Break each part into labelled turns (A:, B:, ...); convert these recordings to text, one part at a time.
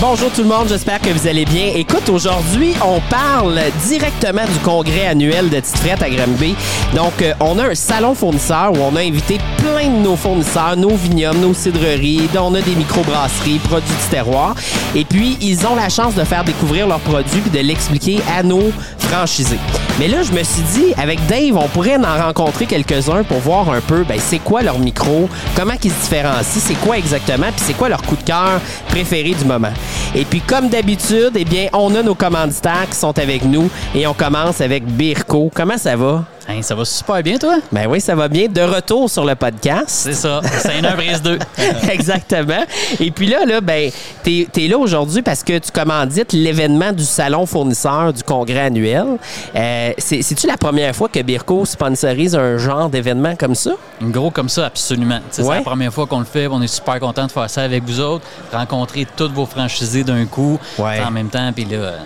A: Bonjour tout le monde, j'espère que vous allez bien. Écoute, aujourd'hui, on parle directement du congrès annuel de Titrette à Granby. Donc, euh, on a un salon fournisseur où on a invité plein de nos fournisseurs, nos vignobles, nos cidreries, dont on a des microbrasseries, produits du terroir. Et puis, ils ont la chance de faire découvrir leurs produits puis de l'expliquer à nos franchisés. Mais là, je me suis dit, avec Dave, on pourrait en rencontrer quelques-uns pour voir un peu, ben, c'est quoi leur micro, comment ils se différencient, c'est quoi exactement, puis c'est quoi leur coup de cœur préféré du moment. Et puis, comme d'habitude, eh bien, on a nos commanditaires qui sont avec nous et on commence avec Birko. Comment ça va?
B: Hein, ça va super bien, toi?
A: Ben oui, ça va bien. De retour sur le podcast.
B: C'est ça. C'est une heure brise deux.
A: Exactement. Et puis là, là ben, t'es es là aujourd'hui parce que tu commandites l'événement du salon fournisseur du congrès annuel. Euh, c'est- C'est-tu la première fois que Birko sponsorise un genre d'événement comme ça?
B: Une gros comme ça, absolument. Tu sais,
A: Ouais.
B: C'est la première fois qu'on le fait. On est super content de faire ça avec vous autres. Rencontrer tous vos franchisés d'un coup.
A: Ouais.
B: Tu sais, En même temps, puis là, euh,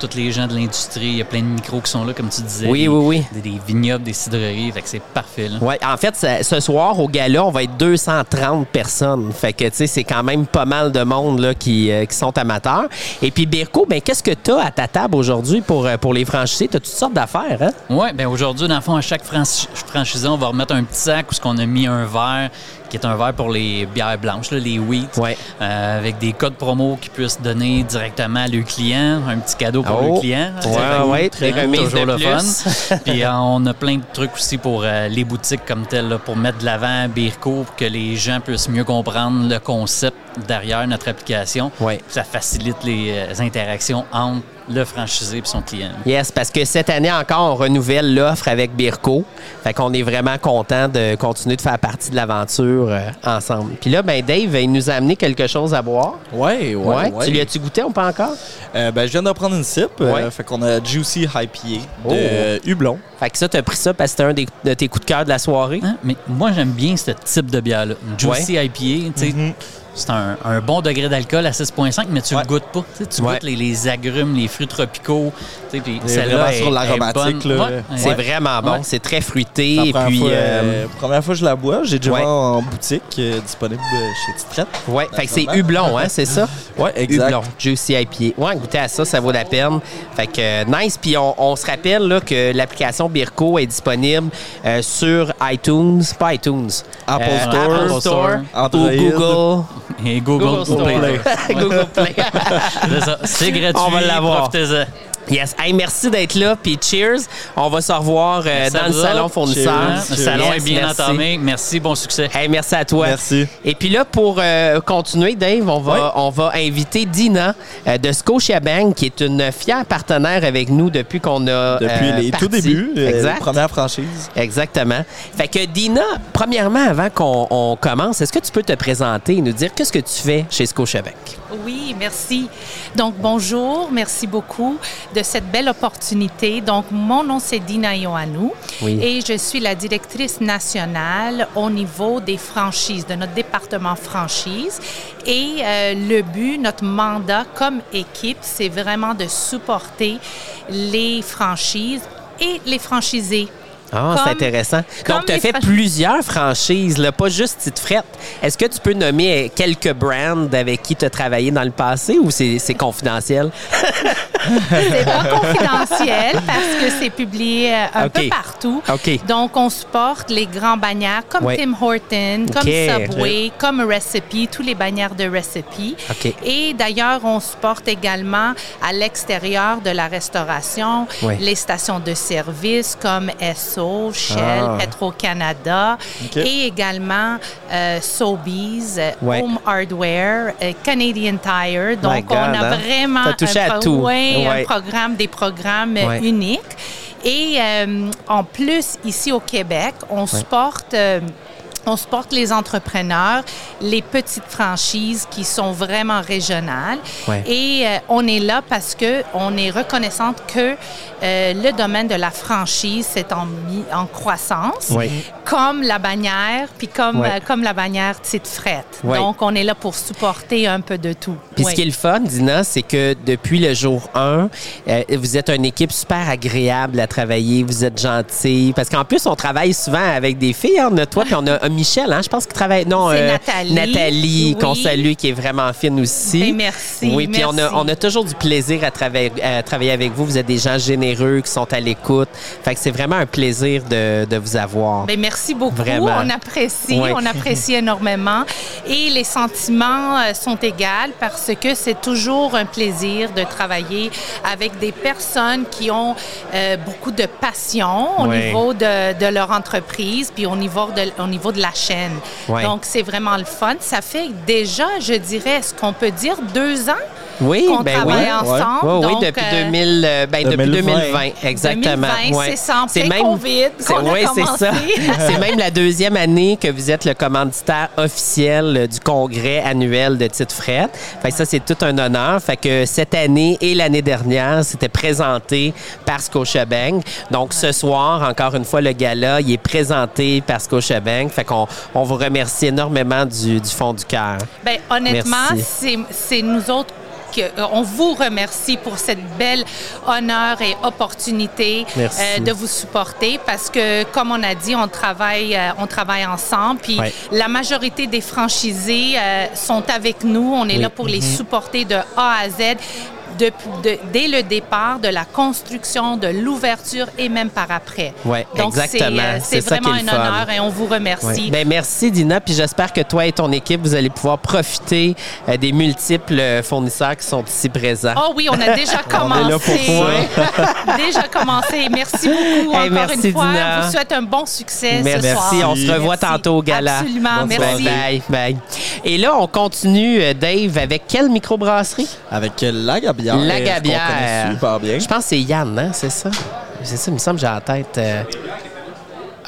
B: tous les gens de l'industrie, il y a plein de micros qui sont là, comme tu disais.
A: Oui,
B: Des-
A: oui, oui.
B: Des, des vignobles, des cidreries. Fait que c'est parfait, là.
A: Oui, en fait, ça- ce soir, au gala, on va être 230 personnes. Fait que, tu sais, c'est quand même pas mal de monde là, qui, euh, qui sont amateurs. Et puis, Birko, ben, qu'est-ce que tu as à ta table aujourd'hui pour, euh, pour les franchisés? Tu as toutes sortes d'affaires, hein?
B: Oui, bien ben aujourd'hui, dans le fond, à chaque franchi- franchisé, on va remettre un petit sac où ce qu'on a mis un verre, qui est un verre pour les bières blanches, là, les wheat,
A: Ouais.
B: Euh, avec des codes promo qu'ils puissent donner directement à leur client, un petit cadeau pour
A: Oh.
B: le client.
A: Ouais,
B: Ça, ben,
A: ouais,
B: très
A: des remises
B: toujours
A: de
B: le
A: plus.
B: fun. Puis euh, on a plein de trucs aussi pour euh, les boutiques comme telles, là, pour mettre de l'avant Birko, pour que les gens puissent mieux comprendre le concept derrière notre application.
A: Ouais.
B: Ça facilite les euh, interactions entre le franchisé et son client.
A: Yes, parce que cette année encore, on renouvelle l'offre avec Birko. Fait qu'on est vraiment content de continuer de faire partie de l'aventure euh, ensemble. Puis là, ben Dave, il nous a amené quelque chose à boire.
C: Ouais, ouais, ouais.
A: Tu lui as-tu goûté ou pas encore?
C: Euh, ben, je viens de prendre une sip. euh,
A: Ouais.
C: fait qu'on a Juicy IPA
A: Oh.
C: de euh, Hublon.
A: Fait que ça, t'as pris ça parce que c'était un des- de tes coups de cœur de la soirée.
B: Hein? Mais moi, j'aime bien ce type de bière-là. Une Juicy IPA, tu sais, c'est un, un bon degré d'alcool à 6,5, mais tu ne
C: Ouais.
B: goûtes pas. Tu sais, tu
A: Mm-hmm. Ouais.
B: goûtes les, les agrumes, les fruits tropicaux. tu sais, puis
C: Elle est
B: Celle-là
C: vraiment
B: est,
C: sur l'aromatique,
B: est bonne.
C: là.
B: Ouais,
C: C'est
A: C'est
B: ouais.
A: vraiment bon,
B: Ouais.
A: c'est très fruité.
C: La
A: Et
C: première,
A: puis,
C: fois,
A: euh,
C: euh, première fois que je la bois, j'ai déjà
A: Ouais.
C: en boutique euh, disponible euh, chez Titrette.
A: ouais, fait que c'est Hublon, hein, c'est ça?
C: Ouais, exact.
A: Hublon, Juicy IPA. Ouais, goûtez à ça, ça vaut la peine. Fait que euh, nice. Puis on, on se rappelle là, que l'application Birko est disponible euh, sur iTunes, pas iTunes,
C: Apple
A: euh,
C: Store,
A: Apple Store
C: Android.
A: ou Google,
B: Et Google,
A: Google Store.
B: Play.
A: Google Play.
B: C'est ça. C'est gratuit.
A: On va l'avoir.
B: Profitez-en.
A: yes. Hey, merci d'être là. Puis cheers. On va se revoir euh,
B: Merci à
A: dans le
B: vous
A: salon
B: autres.
A: fournisseur.
B: Hein? Le salon
A: Yes,
B: est bien
A: merci.
B: entamé. Merci, bon succès.
A: Hey, merci à toi.
C: Merci.
A: Et puis là, pour euh, continuer, Dave, on va,
C: Oui.
A: on va inviter Dina euh, de Scotiabank, qui est une fière partenaire avec nous depuis qu'on a.
C: Depuis
A: euh,
C: les tout
A: parti.
C: débuts, euh,
A: exact.
C: les premières franchises.
A: Exactement. Fait que Dina, premièrement, avant qu'on on commence, est-ce que tu peux te présenter et nous dire qu'est-ce que tu fais chez Scotiabank?
D: Oui, merci. Donc, bonjour, merci beaucoup de cette belle opportunité. Donc, mon nom, c'est Dina Ioannou
A: Oui.
D: et je suis la directrice nationale au niveau des franchises, de notre département franchise. Et euh, le but, notre mandat comme équipe, c'est vraiment de supporter les franchises et les franchisés.
A: Ah, c'est
D: Comme-
A: intéressant.
D: comme
A: Donc, tu as
D: les
A: fait
D: franchi-
A: plusieurs franchises, là, pas juste Tite Frette. Est-ce que tu peux nommer euh, quelques brands avec qui tu as travaillé dans le passé ou c'est c'est confidentiel?
D: C'est pas
A: Bah,
D: confidentiel parce que c'est publié euh, un
A: OK.
D: peu partout.
A: OK.
D: Donc, on supporte les grands bannières comme
A: Ouais.
D: Tim Horton, comme
A: OK.
D: Subway, comme Recipe, tous les bannières de Recipe.
A: OK.
D: Et d'ailleurs, on supporte également à l'extérieur de la restauration
A: Ouais.
D: les stations de service comme SO, Shell,
A: Ah.
D: Petro-Canada et également euh, Sobeys, euh,
A: Ouais.
D: Home Hardware, euh, Canadian Tire.
A: My
D: Donc, on
A: God, hein?
D: a vraiment
A: T'as touché
D: un,
A: à
D: pro-
A: tout.
D: ouais, un
A: Ouais.
D: programme, des programmes euh,
A: Ouais.
D: uniques. Et euh, en plus, ici au Québec, on supporte... euh, on supporte les entrepreneurs, les petites franchises qui sont vraiment régionales.
A: Ouais.
D: Et euh, on est là parce que on est reconnaissante que euh, le domaine de la franchise s'est en, mis en croissance,
A: Ouais.
D: comme la bannière, puis comme,
A: Ouais.
D: euh, comme la bannière petite frette.
A: Ouais.
D: Donc, on est là pour supporter un peu de tout.
A: Puis
D: Oui.
A: ce qui est le fun, Dina, c'est que depuis le jour 1, euh, vous êtes une équipe super agréable à travailler, vous êtes gentille. Parce qu'en plus, on travaille souvent avec des filles. hein. On a toi, puis on a Michel, hein? Je pense qu'il travaille. Non,
D: C'est Nathalie.
A: Nathalie, qu'on
D: Oui.
A: salue, qui est vraiment fine aussi.
D: Ben, merci,
A: Oui, puis on a,
D: merci.
A: on a toujours du plaisir à, travailler à travailler avec vous. Vous êtes des gens généreux qui sont à l'écoute. Fait que c'est vraiment un plaisir de, de vous avoir.
D: Ben, merci beaucoup.
A: Vraiment.
D: On apprécie,
A: Ouais.
D: on apprécie énormément. Et les sentiments euh, sont égaux parce que c'est toujours un plaisir de travailler avec des personnes qui ont euh, beaucoup de passion au
A: Ouais.
D: niveau de, de leur entreprise puis au niveau de, au niveau de la chaîne.
A: Ouais.
D: Donc, c'est vraiment le fun. Ça fait déjà, je dirais, ce qu'on peut dire, deux ans
A: oui,
D: qu'on
A: ben oui.
D: travaille
C: ouais.
D: ensemble.
A: Oui, oui,
D: Donc,
A: depuis,
D: euh,
A: 2000, euh, ben, depuis
C: 2020.
A: 2020, exactement.
D: 2020,
A: Ouais.
D: c'est ça, en plein
A: même-
D: COVID
A: c'est-
D: qu'on a
A: ouais, c'est ça.
D: commencé.
A: c'est même la deuxième année que vous êtes le commanditaire officiel euh, du congrès annuel de Tite Fret. Fait que ça, c'est tout un honneur. Fait que cette année et l'année dernière, c'était présenté par Scotiabank. Donc, ce soir, encore une fois, le gala, il est présenté par Scotiabank. Fait qu'on on vous remercie énormément du, du fond du cœur.
D: Ben, honnêtement,
A: Merci.
D: c'est c'est nous autres. que- euh, On vous remercie pour cette belle honneur et opportunité euh,
A: Merci.
D: de vous supporter parce que, comme on a dit, on travaille, euh, on travaille ensemble. Puis
A: Ouais.
D: la majorité des franchisés euh, sont avec nous. On est
A: Oui. Mm-hmm.
D: là pour les supporter de A à Z. Depuis, de- dès le départ, de la construction, de l'ouverture et même par après.
A: Ouais,
D: Donc, c'est, euh,
A: exactement.
D: c'est
A: C'est ça qui est
D: vraiment
A: le
D: un
A: fun.
D: honneur et on vous remercie.
A: Ouais. Ben, merci, Dina. Puis j'espère que toi et ton équipe, vous allez pouvoir profiter euh, des multiples euh, fournisseurs qui sont ici présents.
D: Oh oui, on a déjà commencé.
C: là pour
D: déjà commencé. Merci beaucoup
A: Hey,
D: encore
A: merci,
D: une fois.
A: Dina.
D: On vous souhaite un bon succès
A: Merci,
D: ce soir.
A: on se revoit
D: Merci.
A: tantôt au gala.
D: Absolument,
C: Bonne
D: merci.
A: Bye, bye. Et là, on continue, euh, Dave, avec quelle microbrasserie?
C: Avec euh, la gabière.
A: La
C: Qu'on
A: Gabière.
C: connaît super bien.
A: Je pense que c'est Yann, hein? C'est ça? C'est ça, il me semble que j'ai en tête. euh,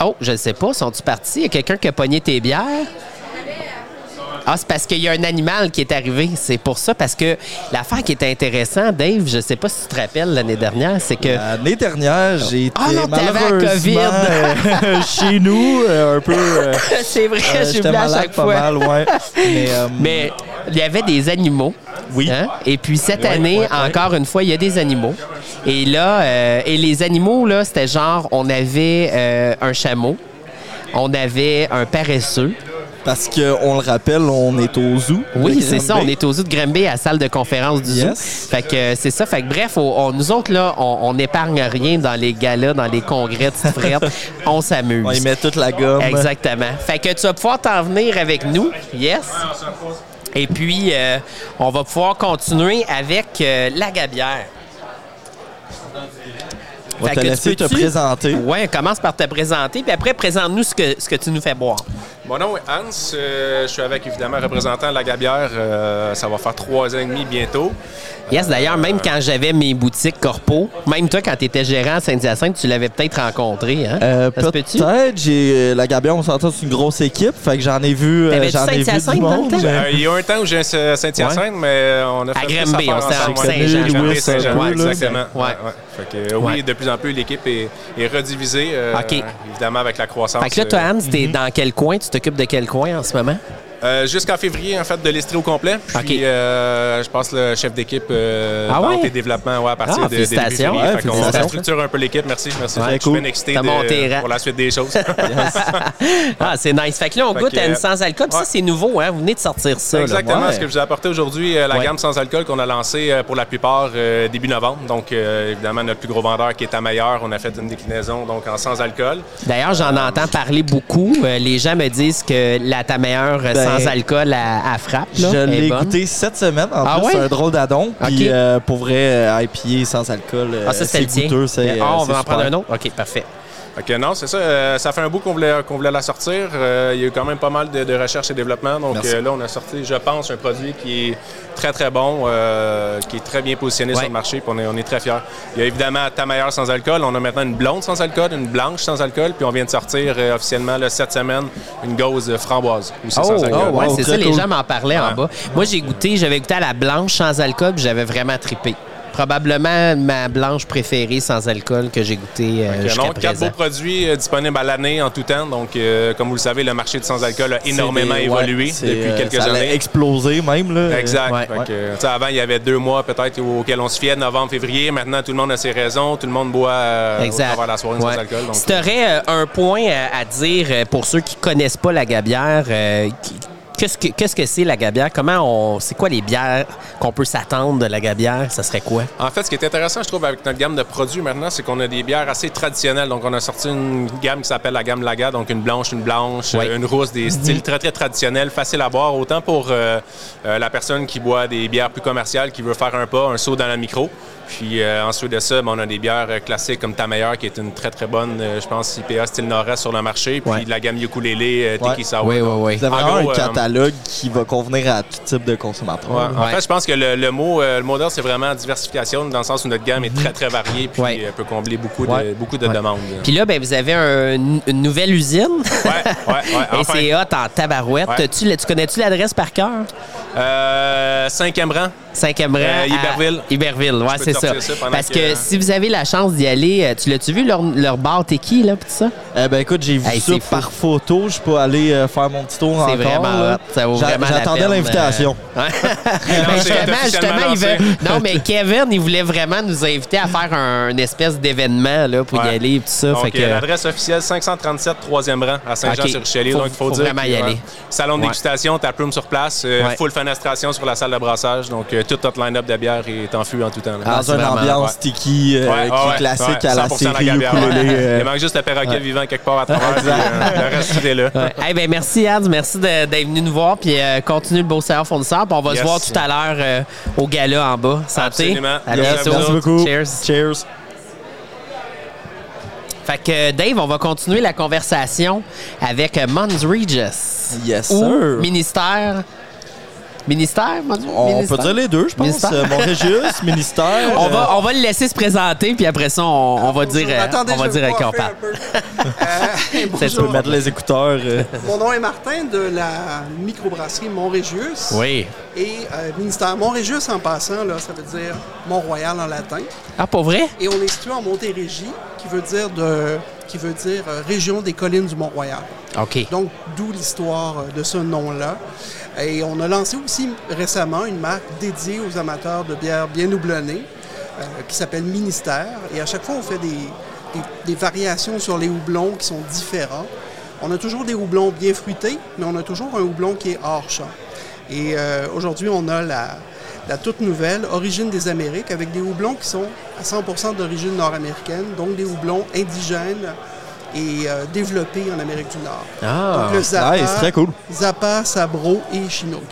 A: Oh, je ne sais pas, sont-ils partis? Il y a quelqu'un qui a pogné tes bières? Ah, c'est parce qu'il y a un animal qui est arrivé. C'est pour ça, parce que l'affaire qui est intéressante, Dave, je ne sais pas si tu te rappelles l'année dernière, c'est que.
C: L'année dernière, j'ai été
A: Ah non, t'avais la
C: malheureusement euh, chez nous, euh, un peu. euh,
A: c'est vrai,
C: euh,
A: je suis
C: J'étais
A: venu à
C: malade
A: chaque
C: pas
A: fois.
C: mal, ouais. Mais, euh,
A: Mais il y avait des animaux. hein.
C: Oui.
A: Et puis cette
C: Ouais,
A: année,
C: ouais, ouais.
A: encore une fois, il y a des animaux. Et là, euh, et les animaux, là, c'était genre, on avait euh, un chameau, on avait un paresseux.
C: parce qu'on le rappelle, on est au zoo.
A: Oui,
C: de
A: c'est ça. On
C: Granby.
A: est aux zoo de Grimby à la salle de conférence du zoo.
C: Yes.
A: Fait que euh, c'est ça. Fait que bref, on- on- nous autres, là, on, on n'épargne rien dans les galas, dans les congrès de petites frettes. on s'amuse.
C: On y met toute la gomme.
A: Exactement. Fait que tu vas pouvoir t'en venir avec nous. Yes. Et puis, euh, on va pouvoir continuer avec euh, la gabière.
C: On va
A: Fait
C: te
A: que tu
C: laisser te
A: peux-tu-
C: présenter.
A: Ouais, commence par te présenter, puis après, présente-nous ce que, ce que tu nous fais boire.
E: Mon nom est Hans. euh, je suis avec évidemment un représentant de la Gabière. euh, ça va faire trois ans et demi bientôt.
A: Yes, d'ailleurs, même quand j'avais mes boutiques corpo, même toi, quand tu étais gérant à Saint-Hyacinthe, tu l'avais peut-être rencontré, hein?
C: Euh,
A: Ça se peut-tu?
C: Peut-être, j'ai euh, la Gabière, on s'entend, c'est une grosse équipe, fait que j'en ai vu, euh,
A: T'avais-tu
C: j'en ai vu
A: Saint-Hyacinthe
C: du
A: dans le
C: monde.
A: temps?
C: mais-
E: Euh, il y a un temps où j'ai un Saint- Saint-Hyacinthe, mais euh, on a fait
A: À
E: plus
A: Grimby,
E: affaire
A: on s'est
E: ensemble.
A: rendu
E: Ouais,
A: Saint-Jean.
E: Grimby,
C: Louis,
E: Saint-Jean,
C: un peu, là.
E: exactement.
A: Ouais.
E: Ouais, ouais. Fait que, euh, oui,
A: Ouais.
E: de plus en plus, l'équipe est, est redivisée, euh,
A: OK.
E: évidemment, avec la croissance.
A: Fait que là, toi,
E: euh,
A: Hans, t'es dans quel coin? Tu t'occupes de quel coin en ce moment?
E: Euh, Jusqu'en février, en fait, de l'Estrie au complet. Puis,
A: OK.
E: euh, je pense le chef d'équipe euh,
A: Ah
E: vente
A: ouais?
E: et développement ouais, à partir
A: Ah,
E: de,
A: félicitations.
E: début février.
C: Ouais,
E: Fait qu'on-
C: félicitations.
E: ça structure un peu l'équipe. Merci, merci.
C: Ouais,
E: je suis
C: cool.
E: bien excité
A: T'as
E: de-
A: monté les rangs.
E: pour la suite des choses.
A: Ah, c'est nice. Fait que là, on
E: Fait
A: goûte
E: que,
A: à une
E: euh,
A: sans alcool. Puis
E: ouais.
A: Ça, c'est nouveau, hein? Vous venez de sortir ça. là.
E: Exactement.
C: ouais.
E: Ce que je vous ai apporté aujourd'hui, euh, la
A: Ouais.
E: gamme sans alcool qu'on a lancée euh, pour la plupart euh, début novembre. Donc, euh, évidemment, notre plus gros vendeur qui est à Mailleur, on a fait une déclinaison donc en sans alcool.
A: D'ailleurs, j'en entends parler beaucoup. Euh, les gens me disent que la ta meilleure euh,
C: Ben,
A: sans alcool à, à frappe. là,
C: Je
A: est
C: l'ai
A: bonne.
C: goûté cette semaine. En
A: Ah
C: plus,
A: ouais?
C: c'est un drôle d'adon. Puis
A: Ok.
C: euh, pour vrai, euh, IPA sans alcool, euh,
A: Ah, ça, c'est
C: c'est
A: le tien.
C: goûteux. c'est,
A: Ah,
C: euh,
A: on
C: c'est
A: va en
C: super.
A: prendre un autre? OK, parfait.
E: Fait que non, c'est ça. euh, ça fait un bout qu'on voulait, qu'on voulait la sortir. Euh, il y a eu quand même pas mal de, de recherche et développement. Donc
C: Merci.
E: euh, là, on a sorti, je pense, un produit qui est très, très bon, euh, qui est très bien positionné
A: Ouais.
E: sur le marché. Puis on est, on est très fiers. Il y a évidemment Ta meilleure sans alcool. On a maintenant une blonde sans alcool, une blanche sans alcool. Puis on vient de sortir euh, officiellement là, cette semaine une gauze framboise aussi
A: Oh,
E: sans alcool.
A: oh, ouais,
C: wow,
A: c'est
C: très
A: ça, les
C: cool.
A: gens m'en parlaient en
E: Ouais.
A: bas. Moi, j'ai goûté, j'avais goûté à la blanche sans alcool, puis j'avais vraiment tripé. Probablement ma blanche préférée sans alcool que j'ai goûtée euh,
E: Fait que
A: jusqu'à
E: non, quatre
A: présent.
E: beaux produits euh, disponibles à l'année en tout temps. Donc, euh, comme vous le savez, le marché du sans-alcool a énormément
C: C'est des- ouais,
E: évolué
C: c'est,
E: depuis
C: euh,
E: quelques
C: ça allait
E: années.
C: explosé même. Là.
E: Exact.
A: Ouais.
E: Fait que, euh, tu sais, avant, il y avait deux mois peut-être auxquels on se fiait, novembre, février. Maintenant, tout le monde a ses raisons. Tout le monde boit euh, au
A: Exact.
E: travers de la soirée
A: Ouais.
E: sans alcool. Donc,
A: si tu aurais un point euh, à dire euh, pour ceux qui connaissent pas la gabière, euh, qui- qu'est-ce que qu'est-ce que c'est la gabière? Comment on. C'est quoi les bières qu'on peut s'attendre de la gabière? Ça serait quoi?
E: En fait, ce qui est intéressant, je trouve, avec notre gamme de produits maintenant, c'est qu'on a des bières assez traditionnelles. Donc, on a sorti une gamme qui s'appelle la gamme Laga, donc une blanche, une blanche,
A: Oui. Mhm.
E: euh, une rousse, des styles très, très traditionnels, faciles à boire, autant pour euh, euh, la personne qui boit des bières plus commerciales, qui veut faire un pas, un saut dans la micro. Puis euh, ensuite de ça, ben, on a des bières euh, classiques comme Ta Meilleure, qui est une très, très bonne, euh, je pense, IPA style Nord-Est sur le marché. Puis
A: Ouais.
E: la gamme Ukulélé, euh,
C: Ouais.
E: Tiki Sour.
A: oui, oui.
C: Vous avez
E: En
C: vraiment
E: gros,
C: un
E: euh,
C: catalogue qui va convenir à tout type de consommateur.
E: Ouais,
C: là.
E: En
A: Ouais.
E: fait, je pense que le, le mot, euh, le mot d'ordre, c'est vraiment diversification, dans le sens où notre gamme est très, très variée, puis
A: Ouais.
E: euh, peut combler beaucoup de,
A: Ouais.
E: beaucoup de
A: Ouais.
E: demandes.
A: Puis là, ben, vous avez un- une nouvelle usine.
E: Ouais, ouais, ouais.
A: Et
E: Enfin,
A: c'est hot en tabarouette.
E: Ouais.
A: Tu, la- tu connais-tu l'adresse par cœur?
E: euh, cinquième rang.
A: 5e rang.
E: Euh, Iberville.
A: à- Iberville, ouais,
E: Je peux
A: Ah, c'est
E: te
A: ça.
E: sortir ça pendant
A: Parce que,
E: que- euh,
A: si vous avez la chance d'y aller, euh, tu l'as-tu vu, leur, leur bar t'es qui, là, pis tout ça?
E: Euh,
C: Eh ben écoute, j'ai vu
A: Hey,
C: ça
A: c'est fou.
C: par photo. Je suis pas allé euh, faire mon petit tour
A: C'est
C: encore.
A: vraiment
C: là.
A: hot. Ça vaut
C: J'a-
A: vraiment la
C: J'attendais
A: peine, euh,
C: l'invitation.
A: Ouais.
E: lancé,
A: Ben, justement,
E: officiellement
A: justement, il
E: lancé.
A: veut- Non, mais Kevin, il voulait vraiment nous inviter à faire un, une espèce d'événement, là, pour y
E: Ouais.
A: aller, pis tout ça.
E: Donc,
A: fait que...
E: euh, l'adresse officielle, 537 3e rang à Saint-Jean-sur-Richelieu.
A: Faut-
E: donc, il faut,
A: faut
E: dire.
A: vraiment y
E: que, euh,
A: aller.
E: Salon de
A: Ouais.
E: dégustation, taproom sur place, euh,
A: Ouais.
E: full fenestration sur la salle de brassage. Donc, euh, toute notre line-up de bière est en fût en tout temps. là.
A: Ah,
C: Dans
A: c'est
C: une
A: vraiment-
C: ambiance tiki euh,
E: Ouais,
C: qui
E: ah
C: est
E: ouais,
C: classique
E: ouais,
C: à la
E: 100%
C: série
E: gabière, ouais.
C: ukulélé. euh,
E: Il manque juste le perroquet vivant quelque part à travers. puis, euh, le reste, tout est là.
A: Ouais. Eh ben, merci, Hans. Merci de- d'être venu nous voir. Puis euh, continue le beau serveur fournisseur. Puis on va
E: Yes.
A: se voir tout à l'heure euh, au gala en bas. Santé.
E: Absolument.
A: À
E: Yes,
A: bientôt.
E: merci
C: beaucoup.
A: Cheers.
C: Cheers.
A: Fait que euh, Dave, on va continuer la conversation avec euh, Mons Regis.
C: Yes,
A: Ou
C: sir.
A: Ministère. Ministère, Mons-
C: On peut
A: Ministère?
C: dire les deux, je pense.
A: Ministère.
C: Euh, Mon Régius, ministère.
A: On
C: euh,
A: va, on va le laisser se présenter, puis après ça, on, on va dire, euh,
F: Attendez,
A: on va
F: je vais
A: dire à qui on
F: coiffer
A: parle.
F: un peu. Euh,
A: C'est
C: Je peux
F: bonjour.
C: mettre les écouteurs. euh.
F: Mon nom est Martin de la microbrasserie Montrégius.
A: Oui.
F: Et euh, ministère Montrégius, en passant, là, ça veut dire Mont-Royal en latin.
A: Ah, pour vrai?
F: Et on est situé en Montérégie, qui veut dire, de, qui veut dire euh, région des collines du Mont-Royal.
A: OK.
F: Donc, d'où l'histoire euh, de ce nom-là. Et on a lancé aussi récemment une marque dédiée aux amateurs de bières bien houblonnées, euh, qui s'appelle Ministère. Et à chaque fois, on fait des, des- des variations sur les houblons qui sont différents. On a toujours des houblons bien fruités, mais on a toujours un houblon qui est hors champ. Et euh, aujourd'hui, on a la, la toute nouvelle Origine des Amériques avec des houblons qui sont à 100 d'origine nord-américaine, donc des houblons indigènes et euh, développés en Amérique du Nord.
A: Ah,
F: Donc, le Zappa,
C: nice, très cool.
F: Zappa, Sabro et Chinook.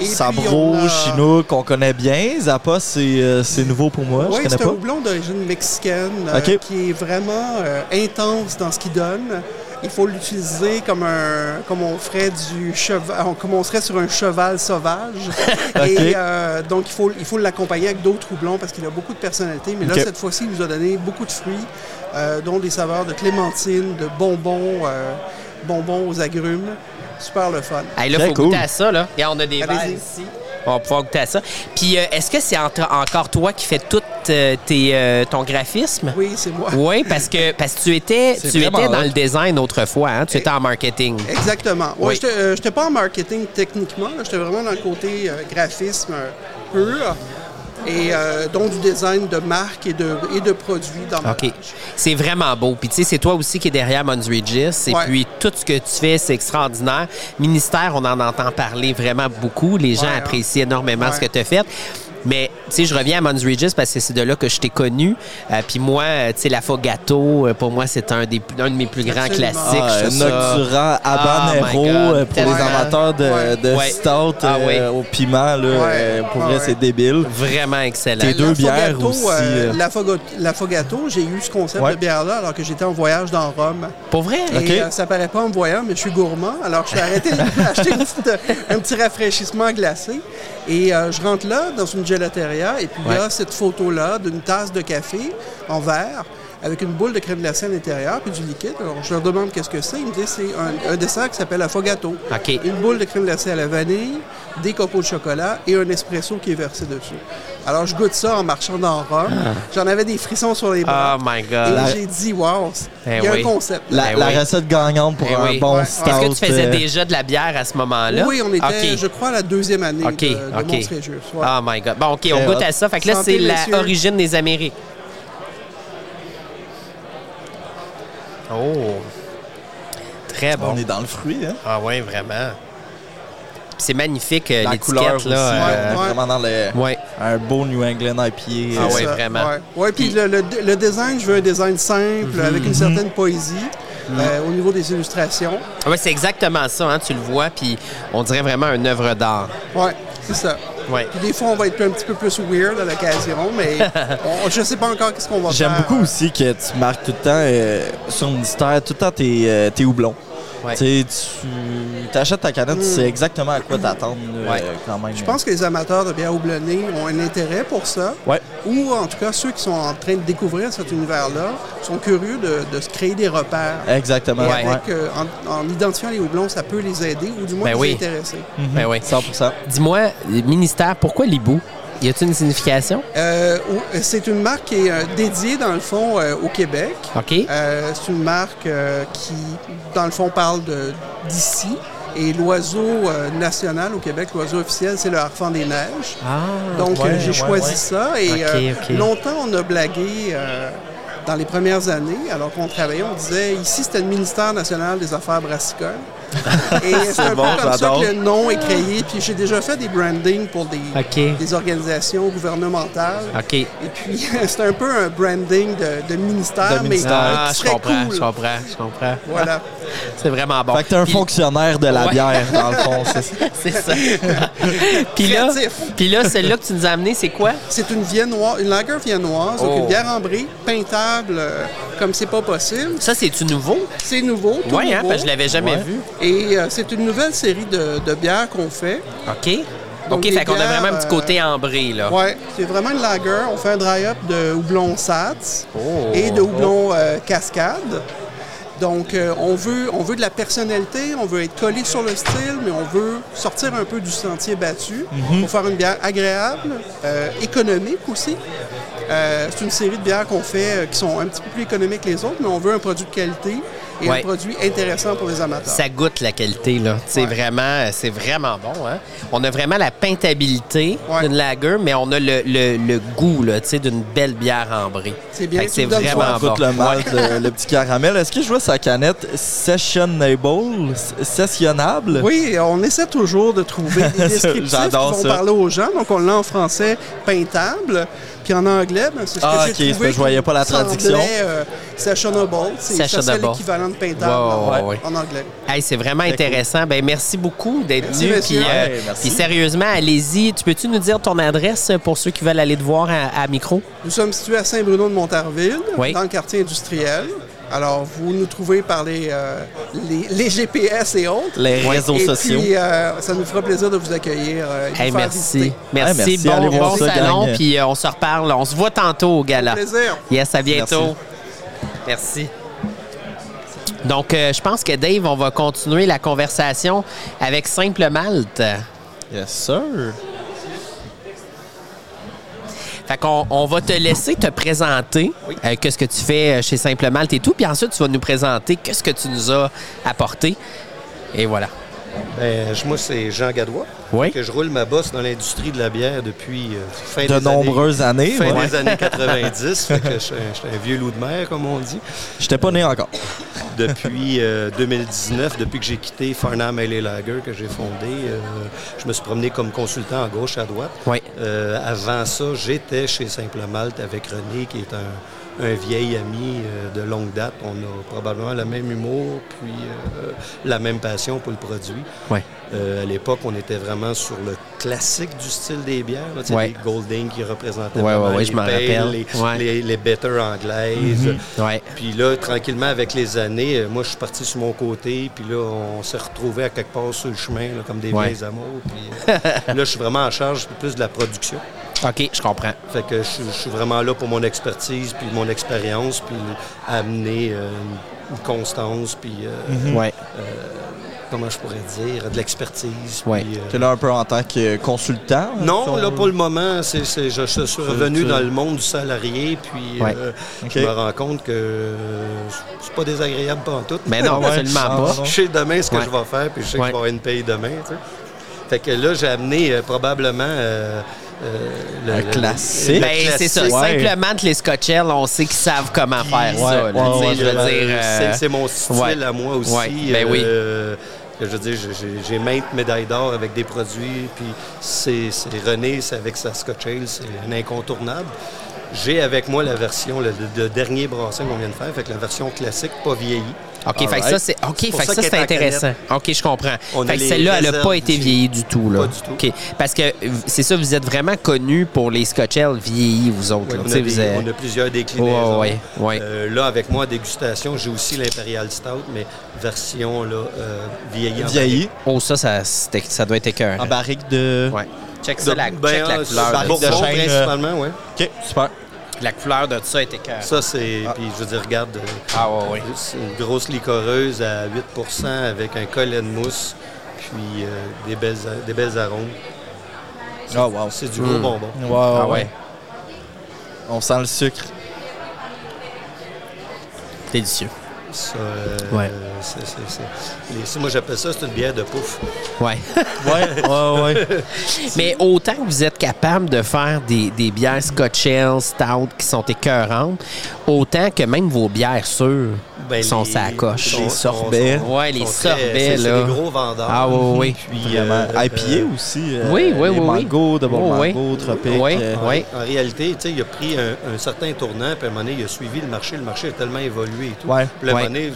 F: Et puis,
C: Sabro,
F: on a-
C: Chinook, on connaît bien. Zappa, c'est euh, c'est nouveau pour moi.
F: Oui,
C: je connais
F: c'est un
C: pas.
F: houblon d'origine mexicaine euh,
C: Ok.
F: qui est vraiment euh, intense dans ce qu'il donne. Il faut l'utiliser comme un comme on ferait du cheval, on- comme on serait sur un cheval sauvage. Et euh, donc il faut il faut l'accompagner avec d'autres houblons parce qu'il a beaucoup de personnalité. Mais
C: Ok.
F: là cette fois-ci, il nous a donné beaucoup de fruits, euh, dont des saveurs de clémentine, de bonbons, euh, bonbons aux agrumes. Super le fun.
A: Hey, là,
C: Très
A: faut
C: cool.
A: goûter à ça, là. Regarde, on a des
F: Allez-y.
A: verres ici. On va pouvoir goûter à ça. Puis, euh, est-ce que c'est entre- encore toi qui fais tout euh, tes, euh, ton graphisme?
F: Oui, c'est moi.
A: Oui, parce que, parce que tu étais,
C: C'est
A: tu
C: vraiment
A: étais dans
C: hot.
A: le design autrefois, hein? tu
F: Eh.
A: étais en marketing.
F: Exactement. Ouais,
A: Oui.
F: j'étais, euh, j'étais pas en marketing techniquement, là. j'étais vraiment dans le côté euh, graphisme euh, pur et euh, donc du design de marques et de, et de produits dans ma
C: Ah,
A: OK. C'est vraiment beau. Puis, tu sais, c'est toi aussi qui est derrière Mons Regis. Et
F: Ouais.
A: puis, tout ce que tu fais, c'est extraordinaire. Ministère, on en entend parler vraiment beaucoup. Les gens
F: Ouais, hein.
A: apprécient énormément
F: Ouais.
A: ce que tu as fait. Mais, tu sais, je reviens à Mons Regis parce que c'est de là que je t'ai connu. Euh, puis moi, euh, tu sais, la Fogato, euh, pour moi, c'est un, des, un de mes plus grands
F: Absolument.
A: classiques.
C: Ah,
A: Je trouve ça-
C: Nocturne,
A: Oh
C: Habanero,
A: my God,
C: euh, pour les
A: tellement.
C: amateurs de,
F: Ouais.
C: de
A: Ouais.
C: stout
A: Ah oui.
C: euh, au piment, là, euh, pour
F: Ah
C: vrai,
F: ouais.
C: c'est débile.
A: Vraiment excellent.
C: Tes deux bières aussi, euh.
F: la, Fogato, la Fogato, j'ai eu ce concept
C: Ouais.
F: de bière-là alors que j'étais en voyage dans Rome.
A: Pour vrai?
F: Et
C: Ok.
F: euh, ça paraît pas en me voyant, mais je suis gourmand. Alors, je suis arrêté d'acheter une petite, euh, un petit rafraîchissement glacé. Et euh, je rentre là, dans une gelateria, et puis il y a cette photo-là d'une tasse de café en verre avec une boule de crème glacée à l'intérieur puis du liquide. Alors, je leur demande qu'est-ce que c'est. Ils me disent c'est un, un dessert qui s'appelle affogato.
A: OK.
F: Une boule de crème glacée à la vanille, des copeaux de chocolat et un espresso qui est versé dessus. Alors, je goûte ça en marchant dans Rome. J'en avais des frissons sur les bras.
A: Ah. Oh my
F: Et
A: God.
F: j'ai dit, wow,
A: Eh
F: il y a
A: oui.
F: un concept.
C: La,
A: Eh
C: la
A: oui.
C: recette gagnante pour
A: Eh
C: un
A: oui.
C: bon
F: Ouais.
C: stout.
A: Est-ce que tu faisais
C: euh,
A: déjà de la bière à ce moment-là?
F: Oui, on était,
A: OK.
F: je crois, à la deuxième année
A: OK,
F: de, de
A: OK.
F: Montrégieuse. Ouais.
A: Oh my God. Bon, OK, on
C: Très
A: goûte
C: hot.
A: à Eh, ça. Fait que là,
F: Santé,
A: c'est la
F: messieurs.
A: origine des Amériques. Oh. Très bon.
C: On est dans le fruit, hein?
A: Ah oui, vraiment. Puis C'est magnifique, euh,
C: La couleur
A: l'étiquette,
C: aussi.
A: là.
C: ouais,
F: ouais.
C: Vraiment dans le...
A: euh, ouais.
C: Un beau New England IPA.
A: Ah
C: euh,
F: C'est
A: ouais,
F: ça,
A: vraiment. Mhm.
F: Ouais, Ouais, puis le, le- le design, je veux un design simple, avec une certaine poésie euh, au niveau des illustrations.
A: Ah ouais, c'est exactement ça, hein, tu le vois, puis on dirait vraiment une œuvre d'art.
F: Ouais, c'est ça.
A: Ouais.
F: Puis des fois, on va être un petit peu plus weird à l'occasion, mais on- je ne sais pas euh, encore qu'est-ce qu'on va faire.
C: J'aime beaucoup aussi que tu marques tout le temps euh, sur une terre, tout le temps tes, euh, tes houblons.
A: Ouais.
C: Tu sais, Tu achètes ta canette, tu sais exactement à quoi t'attendre là,
A: Ouais.
C: euh, quand même.
F: Mm. Je pense que les amateurs de bière houblonnée ont un intérêt pour ça.
C: Ouais.
F: Ou en tout cas, ceux qui sont en train de découvrir cet univers-là sont curieux de, de se créer des repères.
C: Exactement.
F: Et
A: Ouais.
F: avec, euh, en, en identifiant les houblons, ça peut les aider ou du moins
A: Ben
F: les
A: oui.
F: intéresser.
A: Ben oui.
C: 100%.
A: Dis-moi, ministère, pourquoi l'hibou? Y a-t-il une signification?
F: Euh, ou- c'est une marque qui est euh, dédiée, dans le fond, euh, au Québec.
A: OK.
F: Euh, c'est une marque euh, qui, dans le fond, parle de- d'ici. Et l'oiseau euh, national au Québec, l'oiseau officiel, c'est le harfang des neiges.
A: Ah,
F: Donc,
C: Hmm. ouais,
F: euh, j'ai
C: ouais,
F: choisi
C: ouais.
F: ça. Et
A: Ok,
F: euh,
A: ok.
F: longtemps, on a blagué euh, dans les premières années, alors qu'on travaillait, on disait ici, c'était le ministère national des Affaires brassicoles. et c'est un
C: bon,
F: peu comme ça
C: j'adore.
F: que le nom est créé. Puis j'ai déjà fait des brandings pour des,
A: Ok.
F: des organisations gouvernementales.
A: OK.
F: Et puis, c'est un peu un branding de, de ministère,
C: De
F: mais
C: ministère.
A: Ah, je
F: très
A: comprends,
F: cool.
A: je comprends, je comprends.
F: Voilà.
A: C'est vraiment Ah bon.
C: Fait que t'es un
A: Puis-
C: fonctionnaire de la
A: Ouais.
C: bière, dans le fond. c'est ça.
A: C'est ça. puis là,
F: Créatif.
A: puis là, celle-là que tu nous as amenée, c'est quoi?
F: C'est une viennoise, une lager viennoise, donc
A: Oh.
F: une bière ambrée, peintable euh, comme c'est pas possible.
A: Ça, c'est-tu nouveau?
F: C'est nouveau, tout
A: Oui, hein,
F: nouveau.
A: parce que je l'avais jamais
C: Ouais.
A: vu.
F: Et euh, c'est une nouvelle série de, de bières qu'on fait.
A: OK.
F: Donc,
A: OK,
F: les
A: fait qu'on a
F: bières,
A: vraiment un petit
F: euh,
A: côté ambré, là.
F: Ouais, c'est vraiment une lager. On fait un dry-up de houblon SATS
A: Oh.
F: et de houblon euh, cascade. Donc, euh, on, veut, on veut de la personnalité, on veut être collé sur le style, mais on veut sortir un peu du sentier battu
A: Mhm.
F: pour faire une bière agréable, euh, économique aussi. Euh, c'est une série de bières qu'on fait euh, qui sont un petit peu plus économiques que les autres, mais on veut un produit de qualité et
A: Ouais.
F: un produit intéressant pour les amateurs.
A: Ça goûte la qualité, là. C'est vraiment, c'est vraiment bon, hein. On a vraiment la peintabilité
F: Ouais.
A: d'une lager, mais on a le, le- le goût, là, tu sais, d'une belle bière ambrée.
F: C'est bien,
A: Fait que
F: tu
A: c'est
F: me donnes
A: vraiment
C: On goûte
A: bon.
C: le malt, le, le petit caramel. Est-ce que je vois sa canette sessionable? s- Sessionnable?
F: Oui, on essaie toujours de trouver des descriptifs qui
C: J'adore
F: vont
C: ça.
F: parler aux gens. Donc, on l'a en français peintable. Puis en anglais, ben, c'est ce que
C: Ah,
F: j'ai
C: ok, c'est
F: trouvé
C: parce que je voyais pas la
F: qui semblait,
C: traduction.
F: euh, sessionable, c'est ça serait
A: Sessionable.
F: l'équivalent de peintable
A: Ouais, ouais,
F: en,
A: ouais.
F: en anglais.
A: Hey, c'est vraiment intéressant. Ben, merci beaucoup d'être
F: Merci,
A: venu. Puis,
F: monsieur.
A: euh,
C: Ouais, merci.
A: puis sérieusement, allez-y. Tu peux-tu nous dire ton adresse pour ceux qui veulent aller te voir à, à micro?
F: Nous sommes situés à Saint-Bruno de Montarville,
A: Oui.
F: dans le quartier industriel. Alors, vous nous trouvez par les, euh, les, les GPS et autres.
C: Les réseaux
F: et
C: sociaux.
F: Puis, euh, ça nous fera plaisir de vous accueillir. euh, et de
A: Hey,
F: vous faire
A: merci.
F: visiter.
A: Merci.
C: Hey, merci.
A: Bon,
C: Allez voir
A: bon
C: ça,
A: salon.
C: gang.
A: Puis euh, on se reparle. On se voit tantôt au gala.
F: Plaisir.
A: Yes, à bientôt. Merci. Donc, euh, je pense que Dave, on va continuer la conversation avec Simple Malte.
C: Yes, sir.
A: Fait qu'on on va te laisser te présenter euh, qu'est-ce que tu fais euh, chez Simple Malte et tout. Puis ensuite, tu vas nous présenter qu'est-ce que tu nous as apporté. Et voilà.
G: Ben, je- moi, c'est Jean Gadois.
A: Oui.
G: Que je roule ma bosse dans l'industrie de la bière depuis euh, fin des
C: De nombreuses
G: années,
C: années.
G: fin
C: ouais.
G: des années 90. fait que je, suis un- je suis un vieux loup de mer, comme on dit.
C: J'étais pas né encore.
G: Depuis euh, 2019, depuis que j'ai quitté Farnham Ale Lager, que j'ai fondé, euh, je me suis promené comme consultant à gauche, à droite.
A: Oui.
G: Euh, avant ça, j'étais chez Simple Malte avec René, qui est un, un vieil ami euh, de longue date. On a probablement le même humour, puis euh, la même passion pour le produit.
A: Oui.
G: Euh, à l'époque, on était vraiment sur le classique du style des bières. là, tu sais,
A: Ouais.
G: Les Golding qui représentaient
A: Ouais,
G: vraiment
A: ouais, ouais,
G: les
A: je m'en
G: pale,
A: rappelle.
G: les,
A: Ouais. Mhm.
G: les- les better anglaises.
A: Ouais.
G: Puis là, tranquillement, avec les années, euh, moi, je suis parti sur mon côté. Puis là, on s'est retrouvés à quelque part sur le chemin, là, comme des
A: Ouais.
G: vieilles amours. Puis euh, là, je suis vraiment en charge plus de la production.
A: OK, je comprends.
G: Fait que je, je suis vraiment là pour mon expertise, puis mon expérience, puis amener euh, une constance, puis euh,
A: Mhm. Ouais.
G: comment je pourrais dire, de l'expertise.
A: Ouais.
G: puis, euh,
C: T'es là un peu en tant que consultant. hein, si
G: non,
C: on
G: là,
C: veut.
G: pour le moment, c'est, c'est- je, je suis revenu
C: tu-
G: dans le monde du salarié, puis
A: Ouais.
G: euh,
C: OK.
G: je me rends compte que euh, c'est pas désagréable pas en tout.
A: Mais non,
C: Ouais.
A: absolument
C: Ah,
A: pas.
C: non.
G: Je sais demain ce que
A: Ouais.
G: je vais faire, puis je sais
A: Ouais.
G: que je vais avoir une paye demain. tu sais. Fait que là, j'ai amené euh, probablement euh, euh, le,
C: Un
G: le-
C: classique.
G: le
A: Ben, c'est ça.
G: classique.
C: Ouais.
A: Simplement que les Scotchels, on sait qu'ils savent comment faire
C: Ouais, ouais,
A: ça. là. Tu sais,
C: ouais,
A: je veux
G: Euh,
A: dire. euh,
G: c'est- c'est mon style
A: ouais.
G: à moi aussi.
A: Ouais, ben oui.
G: euh, que je veux dire, j'ai- j'ai- j'ai maintes médailles d'or avec des produits, puis c'est c'est René, c'est avec sa Scotch Ale, c'est un incontournable. J'ai avec moi la version, le, le- le dernier brassin qu'on vient de faire, fait que la version classique, pas vieillie.
A: OK, fait que ça,
G: Alright.
A: c'est OK,
G: C'est pour
A: fait que ça,
G: qu'elle
A: c'est
G: est en
A: intéressant.
G: canette.
A: OK, je comprends.
G: On
A: fait
G: a
A: que
G: les
A: cellule-là, elle n'a pas
G: réserves
A: été
G: du-
A: vieillie du tout. Là.
G: Pas du tout.
A: OK. Parce que euh, c'est ça, vous êtes vraiment connu pour les Scotchels vieillis, vous autres.
G: Ouais,
A: là.
G: on,
A: Tu
G: a
A: sais,
G: des-
A: vous êtes-
G: on a plusieurs déclinaisons.
A: Ouais, ouais, ouais.
G: Euh, là, avec moi, à dégustation, j'ai aussi l'Imperial Stout, mais version là, euh, vieillie. en
C: Vieilli,
A: Oh, ça, ça, c'était- ça doit être écœurant.
G: Ah, bah.
C: en barrique de.
A: Ouais. Check
G: barrique.
A: ça, la,
G: Ben,
A: check la
G: euh,
A: couleur.
C: barrique
A: de ça.
G: Bourbon,
C: chêne, euh,
G: principalement, ouais.
C: OK, super.
A: La couleur de ça est écœurante.
G: Ça, c'est. Puis, je veux dire, regarde. euh,
A: Ah, ouais, ouais.
G: C'est une grosse licoreuse à 8 avec un collet de mousse, puis euh, des, belles, des belles arômes.
C: Oh, wow.
G: C'est du gros bonbon.
C: Wow,
A: Ah,
C: ouais.
A: ouais.
C: On sent le sucre.
A: Délicieux.
G: Ça, euh,
A: Ouais.
G: c'est- c'est- c'est- les- ça, moi, j'appelle ça, c'est une bière de pouf.
A: Ouais.
C: Ouais, ouais, ouais.
A: Mais autant que vous êtes capable de faire des, des bières Scotch Ale, Stout qui sont écœurantes, autant que même vos bières sûres
G: Ben,
A: sont
G: les-
A: sa coche.
G: sont-
C: Les sorbets.
G: sont-
A: Ouais, les
G: sont très- c'est-
A: sorbets, là.
G: C'est des gros vendeurs.
A: Ah, ouais, ouais, ouais.
G: Puis,
C: Vraiment.
G: euh,
C: IPA
G: euh,
C: aussi. euh,
A: oui, oui,
C: les
A: oui, oui.
C: Mango, double
A: Oh, oui.
C: mango, tropique.
A: Oui.
C: euh,
G: En-
A: Ouais.
G: En, réalité, tu sais, il a pris un, un certain tournant, puis à un moment donné, il a suivi le marché. Le marché a tellement évolué et tout.
C: Ouais.
G: Puis à un
A: Ouais.
G: moment donné,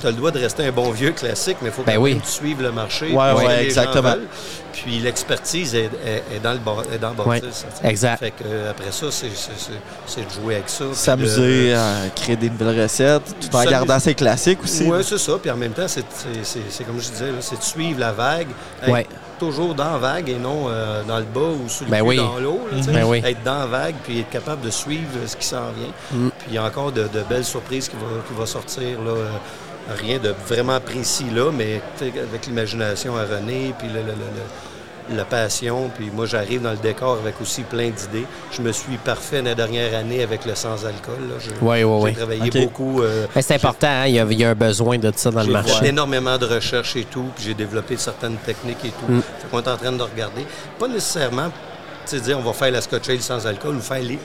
G: tu as le droit de rester un bon vieux classique, mais il faut
A: Ben
G: quand
A: oui.
G: même que tu suives le marché.
C: Ouais,
G: puis ce
C: ouais,
G: que les gens
C: exactement.
G: veulent. Puis l'expertise est, est- est dans le bar, est dans le
A: Ouais,
G: bâtisse, hein, tu sais.
A: exact.
G: Fait que, euh, après ça, c'est- c'est c'est- c'est de jouer avec ça. puis de-
C: S'amuser
H: Euh,
C: à créer des nouvelles recettes, tout en
G: S'amuser.
C: gardant ses classiques aussi.
G: Oui, c'est ça. Puis en même temps, c'est- c'est c'est- c'est comme je disais, là, c'est de suivre la vague. Être
A: Ouais.
G: Toujours dans la vague et non euh, dans le bas ou sous le
A: Ben
G: cul
A: oui.
G: dans l'eau. là, tu sais.
A: Ben oui.
G: Être dans la vague puis être capable de suivre euh, ce qui s'en vient.
A: Mm.
G: Puis il y a encore de, de belles surprises qui vont qui va sortir. Là, euh, rien de vraiment précis là, mais tu sais, avec l'imagination à René puis le- le- le- le- la passion, puis moi j'arrive dans le décor avec aussi plein d'idées. Je me suis parfait la dernière année avec le sans-alcool. là. Je-
A: Ouais, ouais,
G: J'ai
A: ouais.
G: travaillé
C: Ok.
G: beaucoup euh,
A: Mais C'est important, hein? il, y a, il y a un besoin de ça dans le
G: j'ai fait
A: marché.
G: énormément de recherches et tout, puis j'ai développé certaines techniques et tout. On est en train de regarder. Pas nécessairement, tu sais, dire on va faire la Scotch Ale sans alcool ou faire les-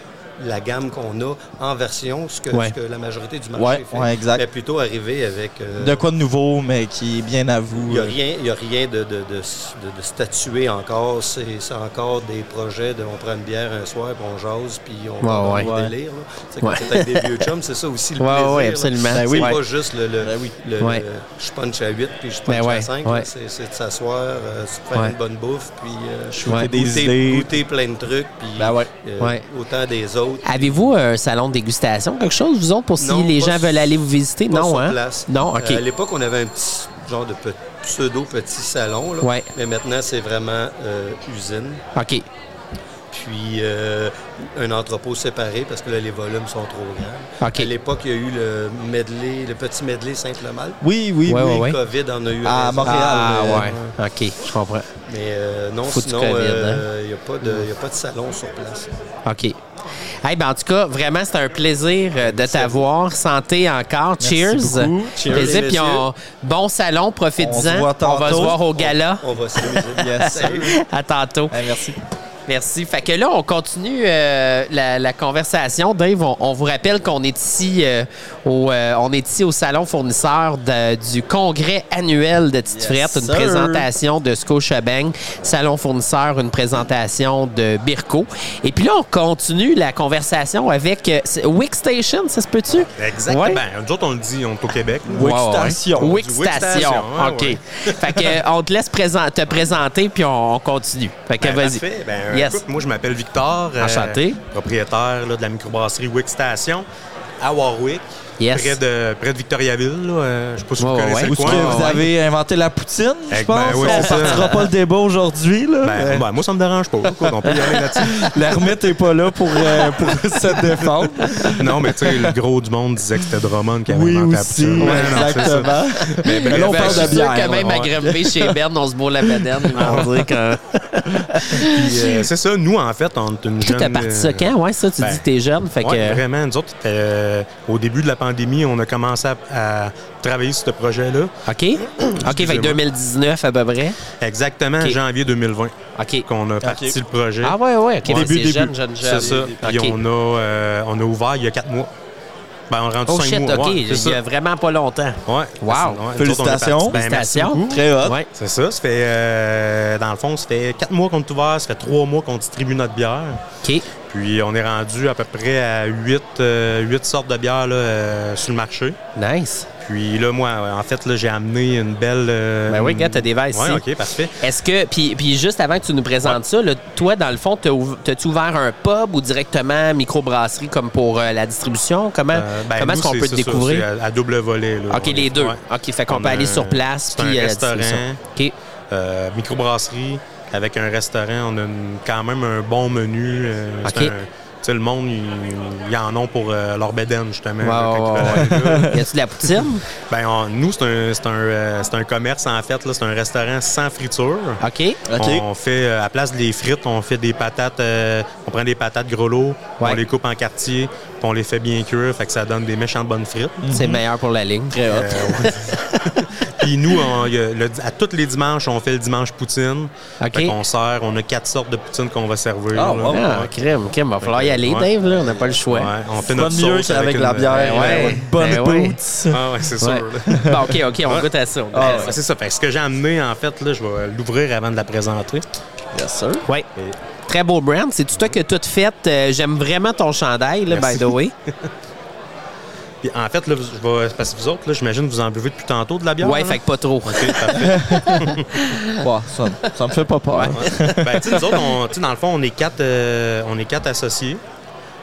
G: la gamme qu'on a en version, ce que,
A: Ouais.
G: ce que la majorité du marché
C: Ouais,
G: fait.
C: ouais, exact.
G: Mais plutôt arriver avec... euh,
C: De quoi de nouveau, mais qui est bien à vous.
G: il n'y a
C: euh,
G: rien, il y a rien de, de, de- de- de statué encore. C'est c'est encore des projets de on prend une bière un soir, puis on jase, puis on va
A: Ouais,
G: dans
C: ouais.
G: le délire. là. Tu sais, quand
A: Ouais.
G: C'est avec des vieux chums, c'est ça aussi le
A: Ouais,
G: plaisir.
A: ouais,
G: là.
A: absolument. Ben
G: C'est
A: oui.
G: pas
A: Ouais.
G: juste le, le- le-
A: Ouais.
G: le- je punch à 8 puis je punch
A: Ben ouais,
G: à 5.
A: ouais.
G: là. C'est c'est de s'asseoir, euh, se faire
A: Ouais.
G: une bonne bouffe, puis euh,
A: Ouais.
C: des
G: goûter,
C: idées.
G: goûter plein de trucs, puis
C: Ben ouais.
G: euh,
A: Ouais.
G: autant des autres.
A: Avez-vous un salon de dégustation, quelque chose, vous autres, pour si
G: Non,
A: les
G: pas
A: gens
G: sur-
A: veulent aller vous visiter?
G: Pas
A: non,
G: sur
A: hein?
G: place.
A: Non, OK.
G: Euh, à l'époque, on avait un petit genre de pe- pseudo-petit salon. là.
A: Ouais.
G: Mais maintenant, c'est vraiment euh, usine.
A: OK.
G: Puis euh, un entrepôt séparé parce que là, les volumes sont trop grands.
A: OK.
G: À l'époque, il y a eu le medley, le petit medley Saint-Flamal.
C: Oui, oui,
A: Ouais,
C: oui.
A: ouais, ouais.
G: Le COVID en a eu
C: À
G: raison.
C: Montréal.
A: Ah,
C: euh,
A: ouais. OK, je comprends.
G: Mais euh, non,
A: Faut du
G: sinon,
A: COVID, hein? Mm.
G: euh, il n'y a, pas de- il y a pas de salon sur place.
A: OK. Hey, ben, en tout cas, vraiment, c'était un plaisir euh, de t'avoir. Santé encore. Cheers.
C: beaucoup. Cheers,
A: Plaisir.
G: les
A: Puis on- bon salon,
C: On se
A: profites-en.
C: voit
A: On, va se
C: tantôt.
A: voir au gala.
G: On va s'amuser.
C: Yes.
A: À tantôt.
C: Eh, merci.
A: Merci. Fait que là, on continue euh, la, la conversation. Dave, on, on vous rappelle qu'on est ici euh, au euh, on est ici au salon fournisseur de- du congrès annuel de Tite
C: Yes,
A: Frette, une
C: sir.
A: présentation de Scotiabank, salon fournisseur, une présentation de Birko. Et puis là, on continue la conversation avec euh, c'est Wick Station, ça se peut-tu?
H: Exactement.
A: Ouais.
H: Ben, nous autres, on le dit, on est au Québec. là.
C: Wick
A: Ouais, ouais.
C: Station.
A: Wick
H: Du Wick
A: Station.
H: Station, ouais,
A: OK.
H: ouais.
A: fait que, euh, on te laisse présent- te présenter, puis on, on continue. Fait que
H: Ben,
A: vas-y.
H: parfait. Ben,
A: Yes.
H: écoute, moi, je m'appelle Victor. euh,
A: Enchanté.
H: propriétaire là, de la microbrasserie Wick Station à Warwick.
A: Yes.
H: près, de, près de Victoriaville. Là. euh, Je ne sais pas si vous
A: Ouais, ouais,
H: connaissez
A: Oh, ouais.
H: le
A: Où
C: Est-ce
H: coin.
C: que
A: Ouais,
C: vous
A: ouais.
C: avez inventé la poutine, je
H: Ben
C: pense?
H: oui,
C: on
H: c'est ça.
C: partira pas le débat aujourd'hui. là.
H: Ben,
C: Euh,
H: ben, moi, ça me dérange pas. écoute, on peut y aller là-dessus.
C: L'ermite n'est pas là pour, euh, pour se défendre.
H: Non, mais tu sais, le gros du monde disait que c'était Drummond qui avait
C: Oui,
H: inventé
C: aussi.
H: la poutine. Ouais, non, c'est ça.
C: exactement.
H: Mais
C: Mais
H: bref,
C: là, on
A: Ben,
C: parle
A: je
C: de
A: suis sûr
C: bière.
A: que même à
H: ouais.
A: Grimby, chez Berne, on se bourre la bedaine. On dirait que...
H: puis, euh, c'est ça. Nous, en fait, on est une
A: Tout
H: jeune...
A: t'as parti ça
H: euh,
A: quand? Ouais, ça, tu
H: ben,
A: dis que t'es jeune. Fait que...
H: Ouais, vraiment. Nous autres, euh, au début de la pandémie, on a commencé à, à travailler sur ce projet-là.
A: OK? OK, fait que
H: Excusez-moi.
A: 2019 à peu près.
H: Exactement
A: Ok.
H: janvier 2020
A: OK.
H: qu'on a parti le projet.
A: Ah ouais, ouais. OK,
H: Ouais.
A: fait que
H: Début,
A: c'est jeune,
H: début.
A: jeune,
H: C'est
A: jeune.
H: ça. Puis
A: OK.
H: on, a, euh, on a ouvert il y a quatre mois. Ben, on a rendu
A: Oh
H: cinq
A: shit,
H: mois.
A: OK.
H: Ouais, c'est
A: Il
H: ça.
A: y a vraiment pas longtemps.
H: Ouais. Ouais,
A: Wow.
H: nous autres, on est
C: Félicitations.
H: parti- ben, merci
A: Félicitations.
H: beaucoup.
C: Très hot.
A: Ouais.
H: C'est ça. Ça fait, euh, dans le fond, ça fait quatre mois qu'on est ouvert. Ça fait trois mois qu'on distribue notre bière.
A: OK.
H: Puis on est rendu à peu près à huit, euh, huit sortes de bières là, euh, sur le marché.
A: Nice.
H: Puis là, moi, en fait, là, j'ai amené une belle. euh,
A: Ben oui,
H: une-
A: regarde, t'as des verres ici.
H: Ouais, OK, parfait.
A: Est-ce que, puis, puis juste avant que tu nous présentes ça, là, toi, dans le fond, t'as ouv- t'as-tu ouvert un pub ou directement microbrasserie comme pour euh, la distribution? Comment,
H: Euh, ben,
A: comment est-ce
H: nous,
A: qu'on peut
H: c'est-
A: te
H: c'est ça,
A: découvrir?
H: c'est à, à double volet. là.
A: OK,
H: Ouais.
A: les deux.
H: Ouais.
A: OK, fait qu'on
H: On
A: peut
H: a
A: aller
H: un-
A: sur place.
H: c'est un
A: puis, euh, la
H: restaurant.
A: distribution. OK.
H: Euh, microbrasserie avec un restaurant. On a une- quand même un bon menu. euh, c'est
A: OK.
H: un- tu sais, le monde, ils- ils en ont pour euh, leur bédaine, justement.
A: Ouais,
H: là, quand
A: ouais,
H: ils
A: ouais,
H: veulent aller là.
A: Y a-tu de la poutine?
H: Ben, on- nous, c'est un, c'est un, euh, c'est un commerce, en fait. là. C'est un restaurant sans friture.
A: OK.
C: OK.
H: On fait, euh, à place des frites, on fait des patates, euh, on prend des patates gros lots,
A: Ouais.
H: on les coupe en quartier, puis on les fait bien cuire, fait que ça donne des méchantes bonnes frites. Euh,
A: C'est meilleur pour la ligne. Mhm. Très hot.
H: Puis nous, on- y a le- à tous les dimanches, on fait le dimanche poutine.
A: OK.
H: Fait qu'on sert, on a quatre sortes de poutine qu'on va servir.
C: Ah,
H: là.
C: wow.
A: Ah, crème, crème, va falloir y aller,
H: Ouais.
A: Dave, là, on n'a pas le choix.
H: Ouais, on fait
C: C'est
H: notre
C: pas mieux
H: sauce
C: qu'avec
H: une-
C: la bière.
A: Ben ouais.
C: euh, une Bonne
A: Ben ouais.
C: boots.
H: Ah ouais, c'est sûr.
A: Ouais.
H: là.
A: Bon, OK, OK, on goûte à ça. on goûte à
H: Ah,
A: ça.
H: ouais, c'est ça. Fait que ce que j'ai amené, en fait, là, je vais l'ouvrir avant de la présenter.
C: Bien sûr.
A: Ouais. Très beau brand. C'est-tu toi qui as tout fait? Euh, J'aime vraiment ton chandail, là, by
H: Merci.
A: the way.
H: Puis en fait, là, je vais, parce que vous autres, là, j'imagine que vous en buvez depuis tantôt de la bière.
A: Ouais,
H: là.
A: fait que pas trop.
H: OK, parfait.
C: Ouais, ça, ça me fait pas peur.
H: Ben, tu sais, nous autres, on- tu sais, dans le fond, on est quatre, euh, on est quatre associés.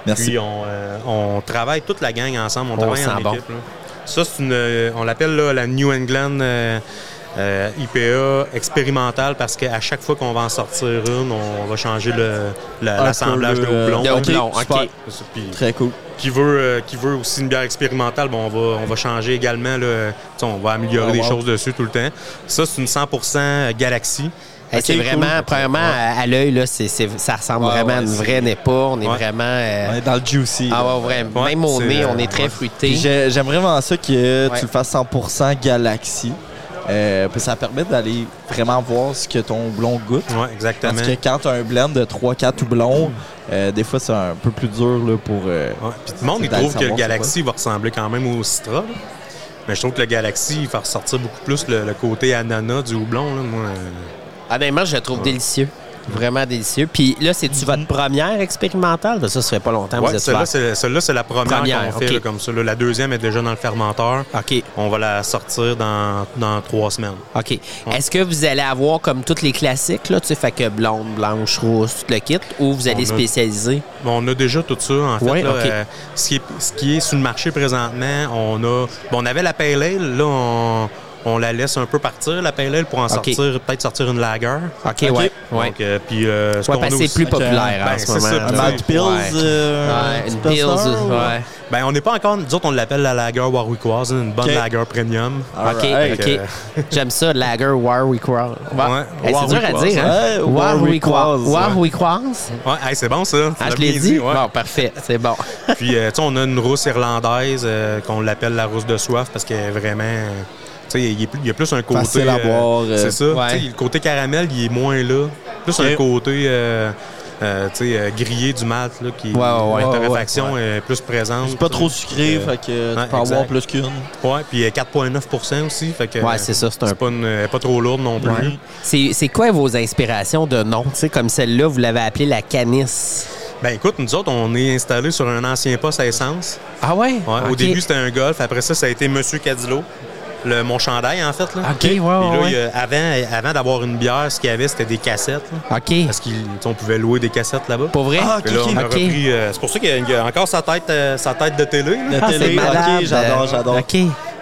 C: Merci.
H: Puis on, euh, on travaille toute la gang ensemble. On
A: Oh,
H: travaille
A: ça
H: en
A: sent bon.
H: équipe. là. Ça, c'est une, euh, on l'appelle là, la New England euh, euh, IPA expérimentale parce qu'à chaque fois qu'on va en sortir une, on va changer le- la-
C: Un
H: l'assemblage de
C: peu le-
H: houblon.
A: le
H: Ouais.
A: houblon,
H: Super.
A: ok.
H: C'est ça. Puis
C: Très cool.
H: qui veut, euh, qui veut aussi une bière expérimentale, bon, on, va, on va changer également. là. Tu sais, on va améliorer
C: Ah,
H: des
C: wow.
H: choses dessus tout le temps. Ça, c'est une 100 Galaxy.
A: Hey, c'est
C: cool.
A: vraiment, premièrement, à- à l'œil, là, c'est- c'est- ça ressemble
C: Ouais,
A: vraiment à
C: ouais,
A: une
C: c'est-
A: vraie n'est pas. On est
H: Ouais.
A: vraiment. euh,
C: On est dans le juicy. là.
A: Ah ouais, vraiment.
H: Ouais,
A: Même au
H: c'est,
A: nez,
H: euh,
A: on est très
H: ouais.
A: fruité.
C: Puis j'ai- J'aime vraiment ça que
A: Ouais.
C: tu le fasses 100% Galaxy. Euh, puis ça permet d'aller vraiment voir ce que ton houblon goûte.
H: Oui,
C: Parce
H: exactement.
C: que quand tu as un blend de 3-4 houblons, euh, des fois c'est un peu plus dur là, pour. euh,
H: Ouais. Puis tout le monde, il
C: C'est d'aller
H: trouve que le
C: savoir c'est
H: Galaxy va ressembler quand même au Citra. là. Mais je trouve que le Galaxy, il va ressortir beaucoup plus le, le côté ananas du houblon. là. Moi, euh,
A: Honnêtement, je le trouve délicieux. Vraiment délicieux. Puis là, c'est-tu votre première expérimentale? Ça, ça fait pas longtemps que vous
H: ouais,
A: êtes
H: celle-là,
A: ouvert.
H: c'est, celle-là, c'est la première,
A: Première,
H: qu'on fait
A: ok.
H: là, comme ça. là. La deuxième est déjà dans le fermenteur.
A: OK.
H: On va la sortir dans, dans trois semaines.
A: OK. Est-ce que vous allez avoir comme tous les classiques, là, tu sais, fait que blonde, blanche, rousse, tout le kit, ou vous allez
H: On a-
A: spécialiser?
H: Bon, on a déjà tout ça, en fait.
A: Ouais,
H: là.
A: ok.
H: Euh, ce, qui est, ce qui est sur le marché présentement, on a. Bon, on avait la Pale Ale, là, on, on la laisse un peu partir, la Pale Ale, pour en sortir, peut-être sortir une lager.
A: OK, ouais, ouais.
H: Donc, euh, puis, euh, ce
A: Ouais,
H: qu'on
A: parce
H: a
A: que c'est
H: aussi-
A: plus populaire hein,
H: Ben,
A: en ce
H: c'est
A: moment.
H: ça,
A: là.
H: puis
C: Un Mad Pills.
A: Ouais.
C: euh,
A: Ouais,
C: un
A: une
C: Pilsner,
A: Pills,
C: ou-
A: ouais.
H: Ben, on n'est pas encore. Nous autres, on l'appelle la lager warwickoise, une bonne
C: Ok.
H: lager premium.
A: OK,
C: Alright.
A: OK.
H: euh.
A: J'aime ça, Lager Warwick Cross.
H: Ouais,
A: c'est dur à
H: Warwick
C: Cross. Ouais, Warwick
A: dire, hein? Warwick Cross.
C: Cross, ouais.
A: Warwick Cross.
H: Ouais, hey, c'est bon, ça. Tu
A: Ah,
H: l'as
A: je l'ai
H: bien
A: dit?
H: ouais.
A: Bon, parfait. C'est bon.
H: Puis, euh, tu sais, on a une rousse irlandaise euh, qu'on l'appelle la rousse de soif parce qu'elle est vraiment. euh, Tu sais, il y a plus- il y, a plus un côté.
C: Facile à boire, euh,
H: c'est ça.
A: ouais.
H: Tu sais, Le côté caramel, il est moins là. Plus
C: Ok.
H: un côté. euh, euh, tu sais, euh, grillé du malt, là, qui
A: Ouais, ouais, ouais.
H: la
C: Ouais, ouais,
H: torréfaction est plus présente.
C: C'est pas trop sucré,
H: Euh,
C: fait que tu
H: ouais,
C: peux en avoir
H: exact.
C: plus qu'une.
H: Ouais, puis euh, 4,9 aussi. Fait que,
A: Ouais,
H: euh,
A: c'est ça, c'est un-
H: C'est pas, une- elle est pas trop lourde non plus.
A: C'est c'est quoi vos inspirations de nom? Tu sais, comme celle-là, vous l'avez appelée la Canis.
H: Ben écoute, nous autres, on est installés sur un ancien poste à essence.
A: Ah ouais?
H: Ouais, Au
A: OK.
H: début, c'était un golf. Après ça, ça a été Monsieur Cadillo. le, mon chandail, en fait. Là.
A: OK, ouais,
H: Puis là,
A: ouais,
H: il y a- avant, avant d'avoir une bière, ce qu'il y avait, c'était des cassettes. là.
A: OK.
H: Parce qu'on pouvait louer des cassettes là-bas.
A: Pour vrai?
C: Ah,
H: Puis là, on a
A: OK.
H: repris, euh, c'est pour ça qu'il y a- il y a encore sa tête, euh, sa tête de télé. là.
C: De
A: Ah,
C: télé,
A: c'est
C: ok,
A: malade.
C: j'adore, j'adore.
A: OK.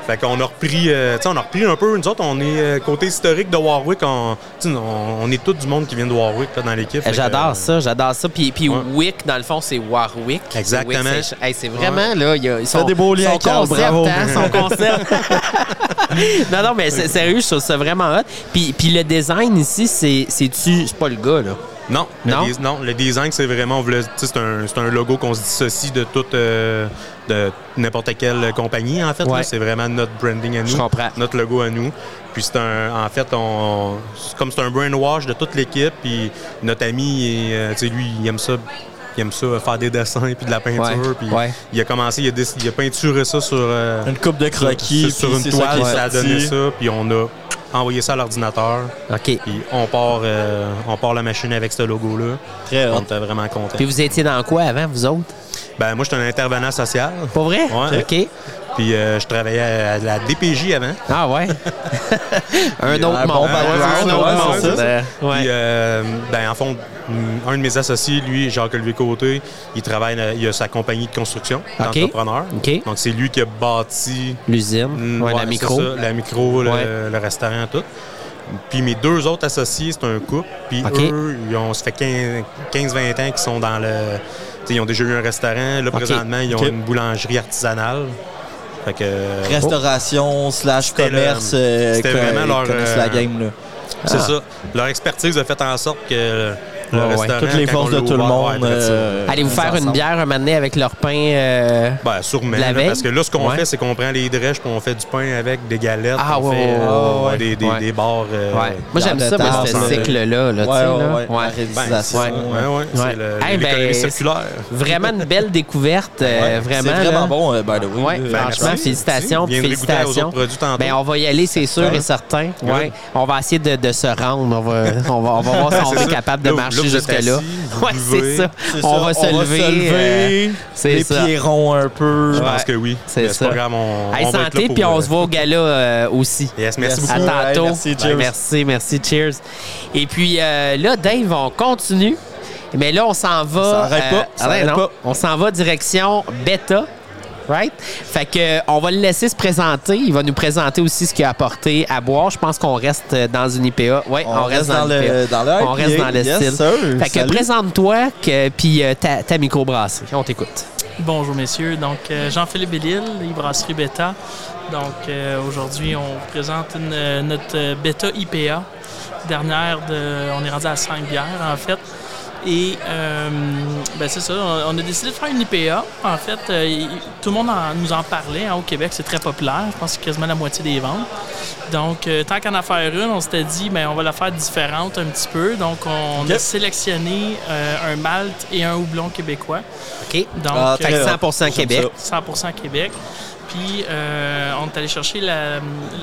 H: Fait qu'on a repris, euh, tu sais, on a repris un peu. Nous autres, on est euh, côté historique de Warwick. On, tu sais, on, on est tous du monde qui vient de Warwick là, dans l'équipe. Fait que,
A: Eh, J'adore
H: euh,
A: ça, j'adore ça. Puis, puis
H: Ouais.
A: Wick, dans le fond, c'est Warwick.
H: Exactement.
A: Wick, c'est- hey, c'est vraiment, là, il y a- ils sont
C: des beaux liens,
A: son
C: Carl,
A: concept,
C: bravo.
A: hein, son concept. non, non, mais c'est- sérieux, je trouve ça vraiment hot. Puis, puis le design ici, c'est- c'est-tu... C'est pas le gars, là.
H: Non, le
A: Non?
H: dés- non, le design, c'est vraiment, on voulait- tu sais, c'est un, c'est un logo qu'on se dissocie de toute euh, de n'importe quelle compagnie en fait. là.
A: Ouais.
H: C'est vraiment notre branding à nous,
A: Je comprends.
H: notre logo à nous. Puis c'est un, en fait, on, c'est comme c'est un brainwash de toute l'équipe. Puis notre ami, il est, euh, tu sais, lui, il aime ça. Il aime ça euh, faire des dessins et puis de la peinture.
A: Ouais,
H: Puis
A: ouais.
H: Il a commencé, il a, déc- il a peinturé ça sur, euh,
C: Une coupe de croquis,
H: sur, sur
C: puis
H: une
C: c'est ça
H: toile.
C: qui est
H: Ça a
C: sorti.
H: donné ça. Puis on a envoyé ça à l'ordinateur.
A: OK.
H: Puis on part, euh, on part la machine avec ce logo-là.
C: Très
H: On
C: hot.
H: était vraiment contents.
A: Puis vous étiez dans quoi avant, vous autres?
H: Ben, moi, j'étais un intervenant social.
A: Pas vrai?
H: Ouais.
A: OK.
H: Puis euh, je travaillais à la DPJ avant. euh,
A: Ah ouais? un
C: Il a
A: autre
C: un bon
A: monde.
C: background,
A: un autre
C: ouais,
A: monde.
C: c'est ça.
A: Euh, ouais.
H: Puis, euh, ben, en fond, mm, un de mes associés, lui, Jacques-Olivier Côté, il travaille, euh, il a sa compagnie de construction d'entrepreneur.
A: OK.
H: Donc, c'est lui qui a bâti
A: L'usine,
H: Mm,
A: ouais,
H: ouais,
A: la
H: c'est
A: micro.
H: ça, la micro, le,
A: Ouais.
H: le restaurant, tout. Puis mes deux autres associés, c'est un couple. Puis
A: OK.
H: eux, ils ont, ça fait 15 15-20 ans qu'ils sont dans le. tu sais, Ils ont déjà eu un restaurant. Là, présentement, ils ont
C: OK.
H: une boulangerie artisanale. Fait que.
C: Restauration slash
H: C'était le-
C: commerce. euh,
H: c'était
C: que-
H: vraiment
C: ils
H: leur,
C: connaissent la
H: euh,
C: game, là. Ah.
H: C'est ça. Leur expertise a fait en sorte que le
C: Ouais, ouais.
H: restaurant.
C: Toutes les
H: quand
C: forces
H: on l'a
C: de tout le
H: ouvert,
C: monde.
H: ouais,
C: euh,
A: Allez vous faire une
C: ensemble.
A: bière un moment donné avec leur pain. euh,
H: Ben, sûrement.
A: De la
H: là,
A: veille?
H: parce que là, ce qu'on
A: Ouais.
H: fait, c'est qu'on prend les drèches, puis on fait du pain avec des galettes,
A: Ah,
H: on
A: ouais,
H: fait
A: ouais,
H: euh,
A: ouais, ouais.
H: des, des,
A: Ouais.
H: des bars. euh,
A: ouais. Moi, j'aime
C: bière
A: ça,
C: de
A: mais ce
C: tasse, ouais.
A: cycle-là. Là, tu sais,
C: euh, Ouais,
A: là.
C: ouais, ouais.
A: Ouais.
C: La
H: Ben, c'est
C: réalisation.
H: ouais,
C: ouais.
H: ouais,
A: Ouais.
H: c'est le-
A: Hey, ben,
H: l'économie circulaire.
A: Vraiment une belle découverte. euh,
C: Ouais,
A: vraiment.
C: C'est
A: là.
C: vraiment bon, euh, by the way.
A: Ouais,
C: là.
A: franchement,
H: Mmh. Ben, merci.
A: félicitations.
H: Merci. Viendrez goûter aux
A: félicitations.
H: autres produits tantôt.
A: Ben, on va y aller, c'est sûr et certain. Ouais. On va essayer de, de se rendre. On va, on va, on va voir si on
H: C'est
A: est
H: ça.
A: capable de
H: Là, vous-
A: marcher
H: là, vous êtes
A: jusque-là.
H: assis, vous
A: Ouais, c'est
H: buvez.
A: ça.
C: C'est
A: On
C: ça,
A: va se lever. euh,
C: lever,
A: c'est
C: les
A: ça.
C: pieds ronds un peu.
H: Je
A: Ouais.
H: pense que oui.
A: C'est
H: Mais
A: ça.
H: pas grave, on,
A: Hey,
H: on va être là
A: santé,
H: pour,
A: puis on
H: euh,
A: se voit au gala euh, aussi.
H: Yes, merci
C: Yes.
H: beaucoup.
A: À
C: Hey,
A: tantôt. Ben,
C: merci, cheers.
A: merci, merci, cheers. Et puis euh, là, Dave, on continue. Mais là, on s'en va.
C: Ça arrête pas, ça
A: arrête,
C: arrête
A: non.
C: pas.
A: On s'en va direction Beta. Right? Fait que euh, on va le laisser se présenter. Il va nous présenter aussi ce qu'il a apporté à boire. Je pense qu'on reste euh, dans une IPA. Oui, on, reste dans,
C: le,
A: l'IPA.
C: dans le
A: On reste
C: IPA,
A: dans le
C: yes,
A: style.
C: sir.
A: Fait que
C: Salut.
A: présente-toi, que- puis euh, ta, ta microbrasserie. On t'écoute.
I: Bonjour messieurs, donc euh, Jean-Philippe Bellil, brasserie Beta. Donc euh, aujourd'hui on vous présente une, euh, notre euh, Beta IPA, dernière de, on est rendu à 5 bières en fait. Et euh, ben, c'est ça, on, on a décidé de faire une IPA. En fait, euh, y- tout le monde en- nous en parlait hein, au Québec, c'est très populaire, je pense que c'est quasiment la moitié des ventes. Donc, euh, tant qu'en affaire une, on s'était dit, ben, on va la faire différente un petit peu. Donc, on a sélectionné euh, un malt et un houblon québécois.
A: OK?
I: Donc,
C: Ah,
I: euh,
A: Fait que
C: Très
A: 100 Québec.
I: 100% Québec. Puis, euh, on est allé chercher la,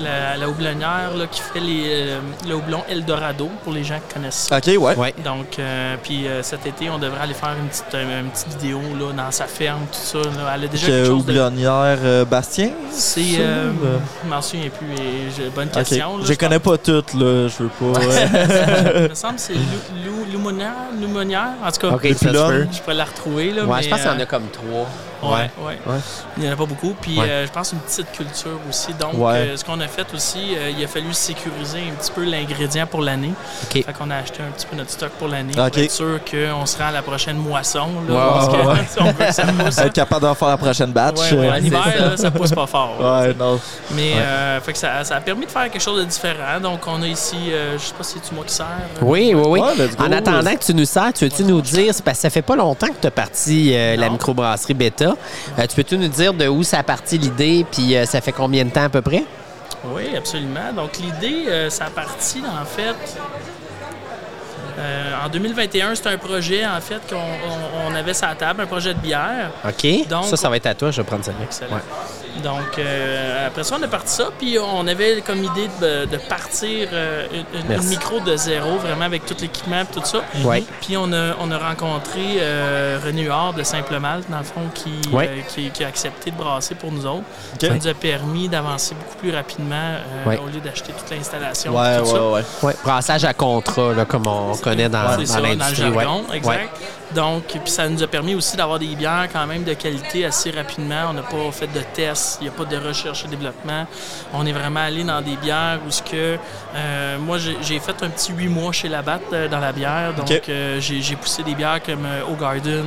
I: la, la houblonnière là, qui fait les, euh, le houblon Eldorado, pour les gens qui connaissent ça.
C: OK, ouais.
A: Ouais.
I: Donc, euh, puis euh, cet été, on devrait aller faire une petite, un- une petite vidéo là, dans sa ferme, tout ça. là. Elle a déjà quelque
C: Que
I: chose de...
C: Houblonnière euh, Bastien.
I: C'est...
C: ça,
I: euh,
C: euh,
I: je m'en souviens plus. et j'ai- bonne
C: OK.
I: question. là,
C: Je
I: je
C: connais pas toutes, là. Je veux pas. ouais.
I: Il me semble que c'est Lou- Lou- Lumonière, Lumonière. En tout cas,
A: OK, ça se
C: pylônes.
A: peut.
I: je pourrais la retrouver. Là,
A: Ouais,
I: mais,
A: Ah, je pense qu'il y en
I: euh,
A: a comme trois.
I: Ouais, ouais.
C: Ouais.
I: Il n'y en a pas beaucoup. Puis
A: Ouais.
I: euh, je pense une petite culture aussi. Donc,
C: Ouais.
I: euh, ce qu'on a fait aussi, euh, il a fallu sécuriser un petit peu l'ingrédient pour l'année.
A: OK.
I: Fait qu'on a acheté un petit peu notre stock pour l'année
C: OK.
I: pour être sûr qu'on se rend à la prochaine moisson. Là,
C: Ouais,
I: parce
C: ouais,
I: que
C: ouais.
I: si on veut que ça pousse.
C: Être capable d'en faire la prochaine batch.
I: Ouais, ouais,
C: euh,
I: à l'hiver, là, ça pousse pas fort.
C: Ouais, non.
I: Mais euh, fait que ça, ça a permis de faire quelque chose de différent. Donc, on a ici, euh, je sais pas si c'est moi qui sers. euh,
A: Oui, oui, oui.
C: Ouais, let's go.
A: en attendant que tu nous sers, tu veux-tu nous dire, c'est parce que ça fait pas longtemps que tu as parti euh, la
I: Non.
A: microbrasserie Beta. Euh, tu peux-tu nous dire de où ça a parti l'idée, puis euh, ça fait combien de temps à peu près?
I: Oui, absolument. Donc, l'idée, euh, ça a parti, en fait, euh, en 2021. C'est un projet, en fait, qu'on on- on avait sur la table, un projet de bière.
A: OK.
I: Donc-
A: ça, ça va être à toi, je vais prendre ça.
I: Excellent. Donc, euh, après ça, on a parti ça. Puis, on avait comme idée de, de partir euh, une, une
A: Merci. Mhm.
I: micro de zéro, vraiment avec tout l'équipement et tout ça.
A: Ouais.
I: Puis, on a, on a rencontré euh, René Huard de Simple Malte, dans le fond, qui,
A: Ouais.
I: euh, qui, qui a accepté de brasser pour nous autres.
C: OK.
I: Ça nous a permis d'avancer beaucoup plus rapidement euh,
A: Ouais.
I: au lieu d'acheter toute l'installation.
C: Ouais,
I: tout ça.
C: ouais, ouais.
A: Ouais, brassage à contrat, là, comme on connaît dans,
I: C'est
A: dans
I: ça, dans le
A: l'industrie. ouais.
I: jargon, exact.
A: Ouais.
I: Donc, puis ça nous a permis aussi d'avoir des bières quand même de qualité assez rapidement. On n'a pas fait de tests, il n'y a pas de recherche et développement. On est vraiment allé dans des bières où ce que euh, moi j'ai j'ai fait un petit huit mois chez Labatt euh, dans la bière, donc
C: Ok.
I: euh, j'ai j'ai poussé des bières comme euh, Au Garden.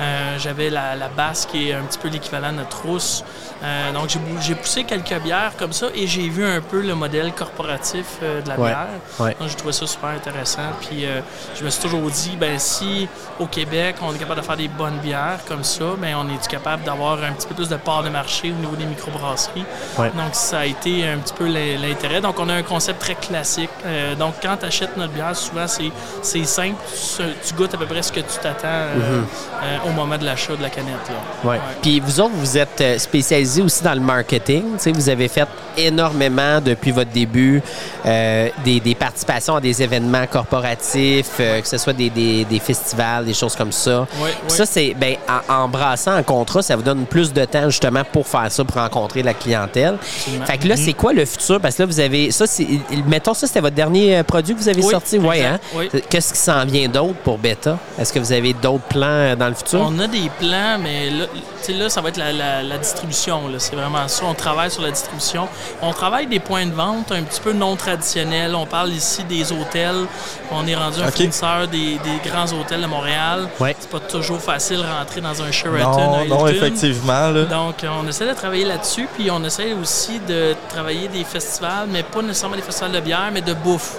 I: Euh, J'avais la, la basse qui est un petit peu l'équivalent de notre rousse. Euh, donc j'ai bou- j'ai poussé quelques bières comme ça et j'ai vu un peu le modèle corporatif euh, de la
A: Ouais.
I: bière.
A: Ouais.
I: Moi, je trouvais ça super intéressant. Puis euh, je me suis toujours dit, ben si au Québec, on est capable de faire des bonnes bières comme ça, ben on est capable d'avoir un petit peu plus de part de marché au niveau des microbrasseries.
A: Ouais.
I: Donc ça a été un petit peu l'in- l'intérêt. Donc on a un concept très classique. Euh, donc quand tu achètes notre bière, souvent c'est c'est simple. Tu, tu goûtes à peu près ce que tu t'attends euh, euh, au moment de l'achat de la canette. là.
A: Ouais. Puis vous autres, vous êtes euh, spécialisés aussi dans le marketing. Tu sais, vous avez fait énormément depuis votre début euh, des, des participations à des événements corporatifs, euh, que ce soit des, des- des festivals, des choses comme ça.
I: Ouais,
A: Puis
I: ouais.
A: Ça, c'est ben, en, en brassant un contrat, ça vous donne plus de temps justement pour faire ça, pour rencontrer la clientèle. Fait
I: Mhm.
A: que là, c'est quoi le futur? Parce que là, vous avez. Ça, c'est. Mettons, ça, c'était votre dernier euh, produit que vous avez
I: Oui,
A: sorti. Ouais,
I: exact.
A: hein?
I: Oui.
A: Qu'est-ce qui s'en vient d'autre pour Beta? Est-ce que vous avez d'autres plans euh, dans le futur?
I: On a des plans, mais là, tu sais, là ça va être la, la- la distribution. là. C'est vraiment ça. On travaille sur la distribution. On travaille des points de vente un petit peu non traditionnels. On parle ici des hôtels. On est rendu un
C: Ok.
I: fournisseur des, des grands hôtels de Montréal.
A: Ouais.
I: C'est pas toujours facile de rentrer dans un Sheraton, un
C: Non,
I: Hilton.
C: non, effectivement, là.
I: Donc, euh, on essaie de travailler là-dessus, puis on essaie aussi de travailler des festivals, mais pas nécessairement des festivals de bière, mais de bouffe.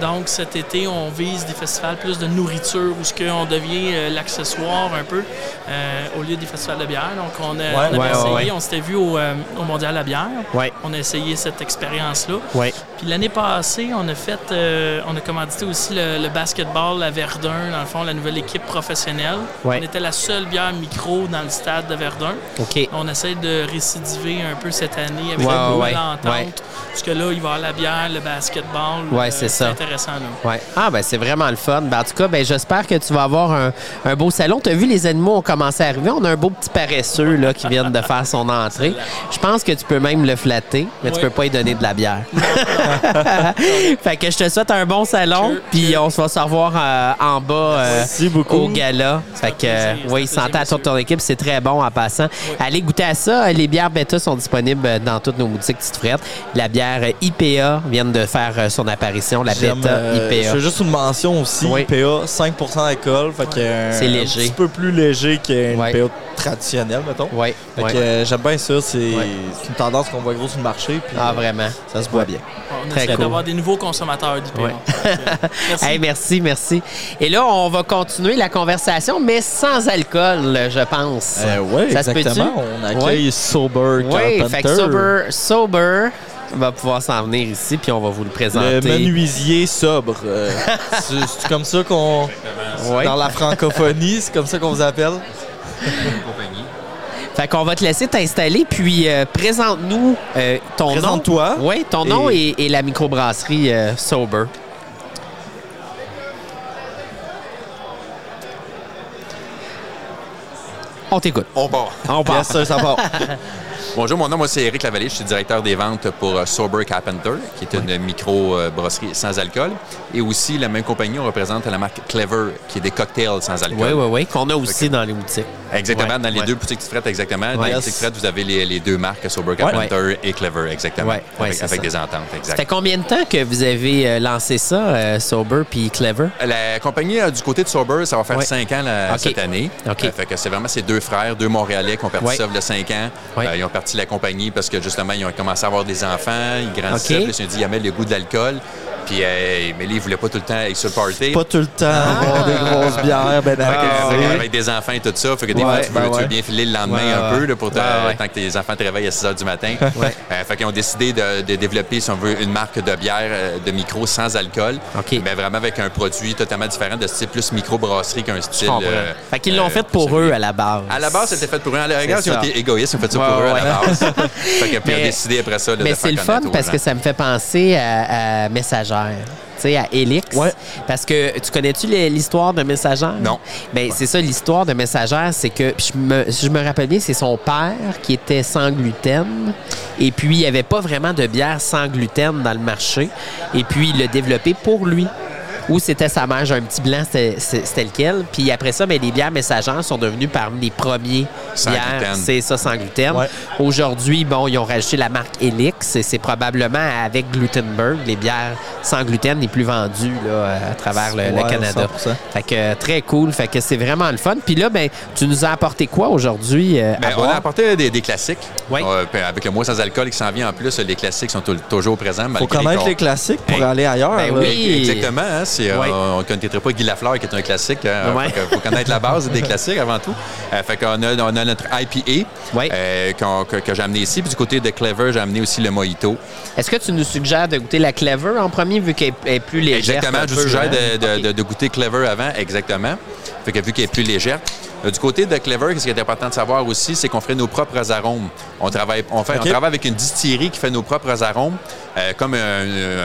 I: Donc, cet été, on vise des festivals plus de nourriture, où ce qu'on devient euh, l'accessoire un peu, euh, au lieu des festivals de bière. Donc, on a, on avait
A: ouais,
I: essayé,
A: ouais.
I: on s'était vu au, euh, au Mondial à la bière.
A: Ouais.
I: On a essayé cette expérience-là.
A: Ouais.
I: Puis l'année passée, on a fait, euh, on a commandité aussi le, le basketball à Verdun, dans le fond, la nouvelle équipe professionnelle.
A: Ouais.
I: On était la seule bière micro dans le stade de Verdun.
A: OK.
I: On essaie de récidiver un peu cette année avec
A: Ouais,
I: la nouvelle
A: ouais,
I: entente.
A: ouais.
I: Parce que là, il va y avoir la bière, le basketball.
A: Ouais,
I: euh,
A: c'est ça.
I: intéressant, là.
A: Ouais. Ah, ben c'est vraiment le fun. Ben, en tout cas, ben, j'espère que tu vas avoir un, un beau salon. Tu as vu, les animaux ont commencé à arriver. On a un beau petit paresseux là, qui vient de faire son entrée. Je pense que tu peux même le flatter, mais tu
I: Ouais.
A: peux pas lui donner de la bière. fait que je te souhaite un bon salon,
I: Sure,
A: puis
I: sure.
A: on se va se revoir euh, en bas euh,
C: Merci beaucoup.
A: au gala. Fait que,
I: plaisir,
A: euh,
I: ça
A: oui,
I: fait plaisir,
A: santé à toute
I: monsieur.
A: ton équipe. C'est très bon en passant. Allez goûter à ça. Les bières bêta sont disponibles euh, dans toutes nos boutiques petites frettes. La bière euh, IPA vient de faire euh, son apparition, la
C: J'aime,
A: bêta
C: euh,
A: IPA.
C: Je fais juste une mention aussi.
A: Oui.
C: IPA, 5% d'alcool. Fait que euh,
A: C'est léger.
C: Un petit peu plus léger qu'une
A: Ouais.
C: IPA traditionnelle, mettons.
A: Oui,
C: Fait que euh, j'aime bien ça. C'est c'est une tendance qu'on voit gros sur le marché. Puis,
A: Ah,
C: euh,
A: vraiment.
C: Ça se voit bien.
I: On
A: Très
I: essaie
A: cool.
I: d'avoir des nouveaux consommateurs du pays.
A: Ouais.
I: Merci.
A: Hey, merci, merci. Et là, on va continuer la conversation, mais sans alcool, je pense.
C: Euh, ouais,
A: Ça se peut-tu?
C: exactement. On accueille Sober
A: Oui, fait que
C: Carpenter.
A: Sober, sober va pouvoir s'en venir ici, puis on va vous le
C: Le
A: présenter.
C: menuisier sobre. euh, c'est c'est comme ça qu'on.
A: Ouais.
C: Dans la francophonie, c'est comme ça qu'on vous appelle.
B: compagnie.
A: Fait qu'on va te laisser t'installer, puis euh, présente-nous euh, ton
C: Présente-toi.
A: nom. Oui, ton nom
C: Et-
A: et, et la microbrasserie euh, Sober. On t'écoute.
J: On part.
A: On part.
C: Oh. Yes, sir, ça part.
J: Bonjour, mon nom, moi, c'est Eric Lavallée. Je suis directeur des ventes pour euh, Sober Carpenter, qui est une micro-brasserie sans alcool. Et aussi, la même compagnie, on représente la marque Clever, qui est des cocktails sans alcool.
A: Oui, oui, oui, qu'on a aussi dans les boutiques.
J: Exactement,
A: Ouais,
J: dans les
A: ouais.
J: deux boutiques de frettes, exactement. Dans
A: Ouais.
J: les boutiques de frettes, vous avez les, les deux marques, Sober Carpenter et Clever, exactement.
A: Ouais, ouais,
J: avec
A: c'est
J: avec
A: ça.
J: des ententes,
A: Ça fait
J: exact.
A: combien de temps que vous avez euh, lancé ça, euh, Sober puis Clever?
J: La compagnie euh, du côté de Sober, ça va faire
A: Ouais.
J: cinq ans là,
A: OK.
J: cette année.
A: OK.
J: Euh, fait que c'est vraiment ces deux frères, deux Montréalais qui ont parti
A: Ouais.
J: ça il y a cinq ans.
A: Ouais.
J: Euh, ils ont parti la compagnie parce que justement, ils ont commencé à avoir des enfants, ils grandissaient,
A: OK.
J: puis ils se sont dit, il y avait le goût de l'alcool. Puis, euh, mais là, il voulait pas tout le temps être sur le party.
C: Pas tout le temps boire des grosses bières,
J: Fait
C: ben
J: que,
C: alcoolisées.
J: fait que avec des enfants et tout ça, fait que des
C: Ouais,
J: fois, tu, veux,
C: ben
J: tu veux
C: ouais. Ben
J: bien filer le lendemain
G: Ouais,
J: un
G: ouais.
J: peu là, pour te-
A: Ah
G: Ouais, ouais.
J: Euh, tant que tes enfants travaillent à 6 h du matin. Euh, fait qu'ils ont décidé de, de développer, si on veut, une marque de bière euh, de micro sans alcool.
A: OK.
J: Mais vraiment avec un produit totalement différent de style plus micro-brasserie qu'un
A: Je
J: style.
A: comprends.
J: euh,
A: fait qu'ils l'ont
J: euh,
A: fait pour
J: celui-
A: eux à la base.
J: À la base, c'était fait pour eux. À la regarde, ils ont
C: ça.
J: été égoïstes, ils ont fait ça
C: Ouais,
J: pour eux à
C: ouais.
J: la base. fait que, puis ils
A: Mais-
J: ont décidé après ça là, de
A: Mais
J: faire hein.
A: c'est le fun
J: connaître aux
A: parce
J: gens.
A: que ça me fait penser à, à Messagère. Tu sais, à Helix.
C: Ouais.
A: Parce que tu connais-tu les- l'histoire de Messagère?
J: Non.
A: Ben, c'est ça, l'histoire de Messagère, c'est que, puis je me, si je me rappelle bien, c'est son père qui était sans gluten. Et puis, il n'y avait pas vraiment de bière sans gluten dans le marché. Et puis, il l'a développé pour lui. Ou c'était sa mère, j'ai un petit blanc, c'était- c'est- c'était lequel. Puis après ça, ben, les bières messagères sont devenues parmi les premiers
J: Sans
A: bières.
J: gluten.
A: C'est ça, sans gluten.
C: Ouais.
A: Aujourd'hui, bon, ils ont rajouté la marque Helix et c'est probablement avec Glutenberg, les bières sans gluten les plus vendues là, à travers le, le
C: Ouais,
A: Canada.
C: 100%.
A: Fait que euh, très cool, fait que c'est vraiment le fun. Puis là, ben, tu nous as apporté quoi aujourd'hui euh, à
J: Ben, on
A: boire?
J: a apporté des, des classiques.
A: Oui.
J: Euh, puis avec le mois sans alcool qui s'en vient en plus, les classiques sont tou- toujours présents.
C: Faut
J: malgré
C: connaître
J: qu'on-
C: les classiques pour
J: Hey.
C: aller ailleurs.
A: Ben
C: là.
A: oui.
J: Exactement. hein, c'est, euh,
A: Ouais.
J: On ne connaîtrait pas Guy Lafleur, qui est un classique. hein,
A: Ouais.
J: fait que faut connaître la base des classiques avant tout. Euh, fait qu'on a, on a notre IPA
A: Ouais.
J: euh, qu'on- que, que j'ai amené ici. Puis du côté de Clever, j'ai amené aussi le Mojito.
A: Est-ce que tu nous suggères de goûter la Clever en premier vu qu'elle est plus légère?
J: Exactement.
A: un
J: Je vous
A: peu,
J: suggère
A: hein?
J: de, de-
A: Ok.
J: de- de goûter Clever avant. Exactement. Fait que vu qu'elle est plus légère. Euh, Du côté de Clever, ce qui est important de savoir aussi, c'est qu'on ferait nos propres arômes. On travaille, on fait, on
C: OK.
J: travaille avec une distillerie qui fait nos propres arômes, euh, comme un-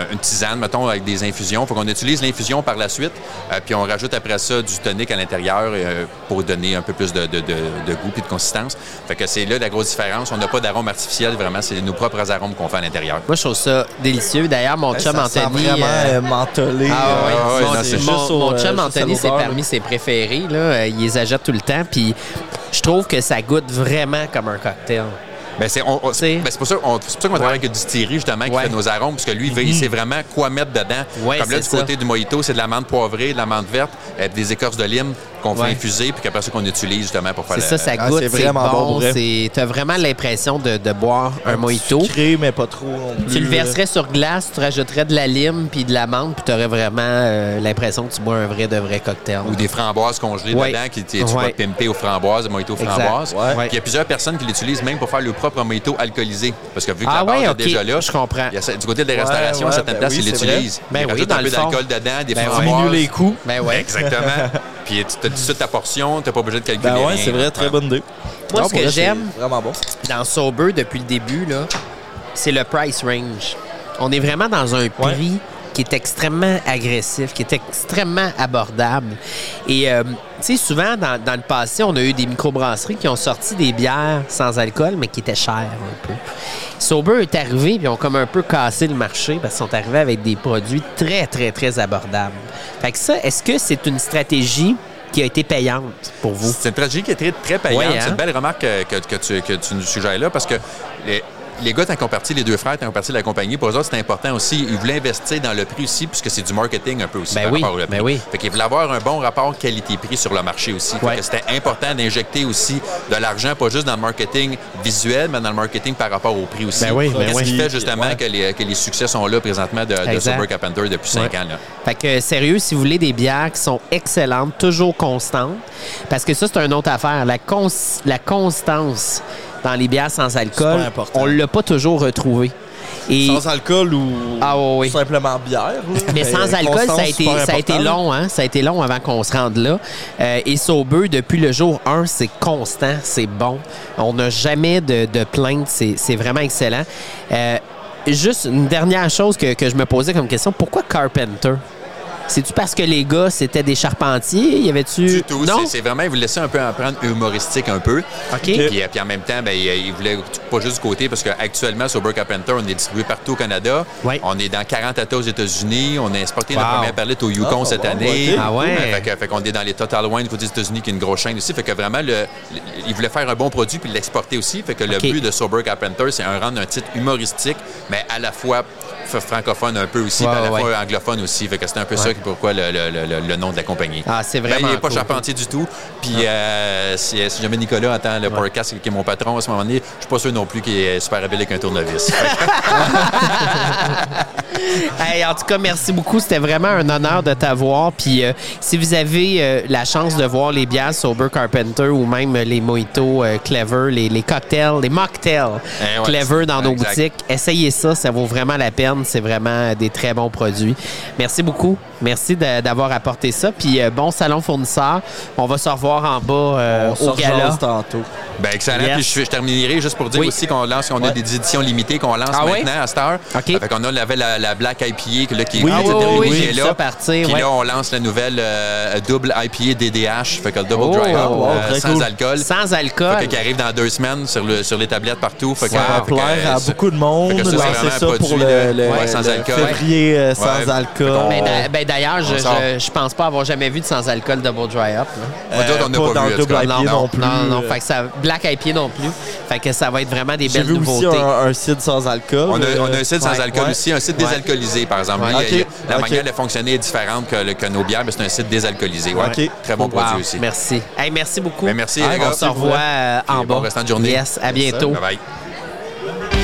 J: une tisane, mettons, avec des infusions. Faut qu'on utilise l'infusion par la suite, euh, puis on rajoute après ça du tonic à l'intérieur euh, pour donner un peu plus de, de- de- de goût et de consistance. Fait que c'est là la grosse différence. On n'a pas d'arôme artificiel, vraiment. C'est nos propres arômes qu'on fait à l'intérieur.
A: Moi, je trouve ça délicieux. D'ailleurs, mon chum
C: ça sent
A: Anthony...
C: vraiment
A: euh,
C: euh, mentholé.
A: Ah
C: euh,
A: ouais,
J: Ah ouais,
A: mon,
J: non, c'est
A: mon-
C: juste au-
A: mon
C: euh,
A: chum
C: juste à
A: Anthony, c'est
C: l'odeur,
A: parmi ses préférés. Là. Euh, Il les achète tout le temps. Puis je trouve que ça goûte vraiment comme un cocktail.
J: Ben, c'est on- on-
A: sais.
J: ben, c'est pour ça, on- c'est pour ça qu'on travaille avec une distillerie, justement, qui
A: Ouais. Mhm.
J: fait nos arômes, parce que lui, il sait vraiment quoi mettre dedans.
A: Ouais,
J: Comme là,
A: c'est
J: du côté
A: ça.
J: du mojito, c'est de l'amande poivrée, de l'amande verte, euh, des écorces de lime qu'on
A: Ouais.
J: fait infuser, puis qu'après ça, qu'on utilise, justement, pour faire
A: C'est
J: le-
A: ça, ça
C: Ah,
A: goûte,
C: c'est
A: c'est
C: vraiment bon,
A: bon.
C: pour vrai.
A: c'est- T'as vraiment l'impression de, de boire un, mojito.
C: Sucré, mais pas trop non plus.
A: Tu le verserais sur glace, tu rajouterais de la lime puis de l'amande, puis t'aurais vraiment euh, l'impression que tu bois un vrai de vrai cocktail.
J: Ou des framboises congelées
A: Ouais.
J: dedans, qui tu tu vas
A: Ouais.
J: pimper aux framboises, mojito
A: Exact.
J: framboise.
A: Ouais.
J: Puis il y a plusieurs personnes qui l'utilisent même pour faire leur propre mojito alcoolisé. Parce que vu que
A: Ah
J: la base
A: ouais,
J: est
A: ok,
J: déjà là,
A: je comprends.
J: il y a ça- du côté des restaurations,
C: ouais,
J: certaines
C: ben
J: places,
C: oui,
J: ils
C: c'est
J: l'utilisent.
A: vrai.
J: Ils
A: Ben oui,
J: rajoutent
A: dans
J: un
A: le
J: peu
A: fond.
J: d'alcool dedans, des
A: Ben ouais.
J: framboises.
C: Diminue les coûts.
A: Ben ouais.
J: Exactement. Puis tu as tout de suite ta portion, tu n'as pas obligé de calculer.
C: Ben ouais,
J: rien.
C: c'est vrai, très
J: Ouais.
C: bonne idée.
A: Moi,
C: Non, pour
A: ce que
C: vrai, c'est
A: j'aime
C: Vraiment bon.
A: dans Sober depuis le début, là, c'est le price range. On est vraiment dans un prix qui est extrêmement agressif, qui est extrêmement abordable. Et, euh, tu sais, souvent, dans, dans le passé, on a eu des microbrasseries qui ont sorti des bières sans alcool, mais qui étaient chères un peu. Sober est arrivé, puis ils ont comme un peu cassé le marché parce qu'ils sont arrivés avec des produits très, très, très abordables. Fait que ça, est-ce que c'est une stratégie qui a été payante pour vous?
J: C'est une stratégie qui est très, très payante.
A: Ouais, hein?
J: C'est une belle remarque que, que- que tu, que tu nous suggères là parce que les, les gars, t'as comparti, les deux frères, t'as comparti la compagnie. Pour eux autres, c'est important aussi. Ils voulaient investir dans le prix aussi puisque c'est du marketing un peu aussi
A: Ben
J: par
A: oui,
J: rapport au prix.
A: ben oui.
J: Fait qu'ils voulaient avoir un bon rapport qualité-prix sur le marché aussi. Fait
A: Ouais.
J: que c'était important d'injecter aussi de l'argent, pas juste dans le marketing visuel, mais dans le marketing par rapport au prix aussi.
A: Ben oui, ben
J: Qu'est-ce
A: oui.
J: qui fait justement que, les, que les succès sont là présentement de, de
A: Exact.
J: Sober Carpenter depuis cinq ans? Là.
A: Fait que euh, sérieux, si vous voulez des bières qui sont excellentes, toujours constantes, parce que ça, c'est une autre affaire. La, cons- la constance dans les bières sans alcool,
C: Super important.
A: on l'a pas toujours retrouvée. Et
C: Sans alcool ou
A: Ah, ouais, ouais.
C: tout simplement bière. là.
A: mais sans alcool,
C: Constance,
A: ça a, été,
C: Euh, super
A: ça a été
C: important.
A: long, hein? Ça a été long avant qu'on se rende là. Euh, et Sober, depuis le jour 1, c'est constant, c'est bon. On n'a jamais de, de plainte, c'est c'est vraiment excellent. Euh, juste une dernière chose que, que je me posais comme question, pourquoi Carpenter? C'est-tu parce que les gars, c'était des charpentiers? Y avait-tu...
J: Du tout.
A: Non?
J: C'est- C'est vraiment, ils vous laisser un peu en prendre humoristique un peu.
A: OK.
J: Puis, euh, puis en même temps, ben, il il voulait pas juste du côté, parce qu'actuellement, sur Burke Carpenter, on est distribué partout au Canada.
A: Ouais.
J: On est dans 40 États aux États-Unis. On a exporté
A: Wow.
J: notre première perlette au Yukon
C: Ah,
J: cette
C: wow,
J: année.
C: ok.
A: Ah ouais?
J: Euh, Fait, que- fait qu'on est dans les Total Wine du côté des États-Unis, qui est une grosse chaîne aussi. Fait que vraiment, le, le- il voulait faire un bon produit puis l'exporter aussi. Fait que le
A: Ok.
J: but de Sober Carpenter, c'est un rendre un titre humoristique, mais à la fois f- francophone un peu aussi,
A: Ouais,
J: puis à la
A: ouais,
J: fois anglophone aussi. Fait que c'était un peu ça Québec et pourquoi le, le- le- le- le nom de la compagnie.
A: Ah, c'est vraiment
J: Ben, il n'est pas
A: cool.
J: charpentier du tout. Puis euh, si, si jamais Nicolas attend le podcast, qui est mon patron à ce moment donné, je suis pas sûr non plus qu'il est super habile avec un tournevis.
A: Hey, en tout cas, merci beaucoup. C'était vraiment un honneur de t'avoir. Puis euh, si vous avez euh, la chance de voir les bières Sober Carpenter ou même les mojitos euh, Clever, les, les cocktails, les mocktails
J: Eh ouais,
A: Clever dans nos
J: exact.
A: boutiques, essayez ça. Ça vaut vraiment la peine. C'est vraiment euh, des très bons produits. Merci beaucoup. Merci de- d'avoir apporté ça. Puis euh, bon salon fournisseur. On va se revoir en bas euh,
C: On se
A: au gala.
C: rejase tantôt.
J: Ben, excellent.
A: Yes.
J: Puis je, je terminerai juste pour dire
A: Oui.
J: aussi qu'on lance, qu'on a
A: Ouais.
J: des éditions limitées qu'on lance
A: Ah oui?
J: maintenant à cette heure.
A: OK.
J: Fait qu'on a, on avait la, la Black IPA que là, qui
A: Oui,
J: qui
A: ah oui, oui,
J: qui
A: oui,
J: est
A: j'ai vu
J: là.
A: ça partir,
J: Puis
A: ouais.
J: là, on lance la nouvelle euh, double IPA DDH, fait que le double dry hop,
A: Oh, wow,
J: euh,
C: très
J: sans
C: cool.
J: alcool.
A: Sans alcool.
J: Fait que, qui arrive dans deux semaines sur, le, sur les tablettes partout. Fait que,
C: Ça va
J: fait que, euh,
C: plaire à
J: ça-
C: beaucoup de monde.
J: fait que ça, c'est
C: Lancer
J: vraiment
C: ça
J: un
C: pour
J: produit,
C: le,
J: là,
C: le-
J: ouais, sans
C: le
J: alcool.
C: février euh, sans
J: Ouais.
C: alcool.
A: Ben, d'a- ben, d'ailleurs, je,
J: On sort.
A: je, je pense pas avoir jamais vu de sans-alcool double dry up. là.
J: Euh, On dirait qu'on n'a
C: pas
J: pas
C: dans
J: vu,
C: le
J: en tout
C: double
J: cas.
C: IPA
J: Non,
C: non,
A: non,
C: plus.
A: non, non,
C: euh.
A: Fait que ça, Black IPA non plus. Fait que ça va être vraiment des
C: J'ai
A: belles
C: vu aussi
A: nouveautés.
C: un, un site sans alcool.
J: On a, on a
C: euh,
J: un site sans
A: Ouais.
J: alcool
C: Ouais.
J: aussi, un site désalcoolisé, par exemple.
A: Ouais.
J: Lui, il y a-
C: OK.
J: La
C: OK.
J: manière de fonctionner est différente que, le- que nos bières, mais c'est un site désalcoolisé. Ouais.
C: OK.
J: Très bon
A: Wow,
J: produit aussi.
A: Merci. Hey, merci beaucoup.
J: Ben, merci, les
A: on
J: gars.
A: se revoit euh, en
J: Puis bon
A: bas.
J: restant de journée.
A: Yes, à bientôt.
J: Bye bye.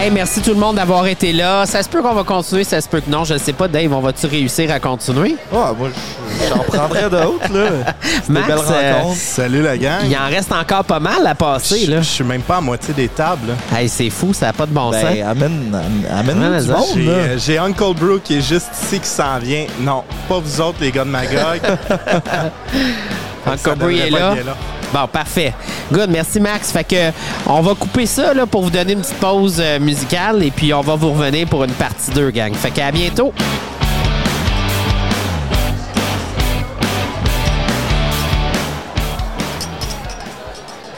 A: Hey, merci tout le monde d'avoir été là. Ça se peut qu'on va continuer, ça se peut que non. Je ne sais pas, Dave, on va-tu réussir à continuer?
C: Ah, moi, je- j'en prendrais d'autres, là. C'était
A: Max,
C: belle
A: euh,
C: rencontre.
K: Salut la gang.
A: Il en reste encore pas mal à passer,
K: Je
A: là.
K: je suis même pas à moitié des tables. là.
A: Hey, c'est fou, ça n'a pas de bon sens.
C: Ben, amène, amène,
A: Ouais,
C: amène du
A: ça,
C: monde,
K: J'ai,
C: là.
K: euh, j'ai Uncle Brew qui est juste ici qui s'en vient. Non, pas vous autres, les gars de Magog.
A: Encore
K: Ça
A: Brew
K: devrait
A: est
K: pas
A: là.
K: être là.
A: Bon, parfait. Good, merci Max. Fait que on va couper ça là, pour vous donner une petite pause euh, musicale et puis on va vous revenir pour une partie 2, gang. Fait qu'à bientôt.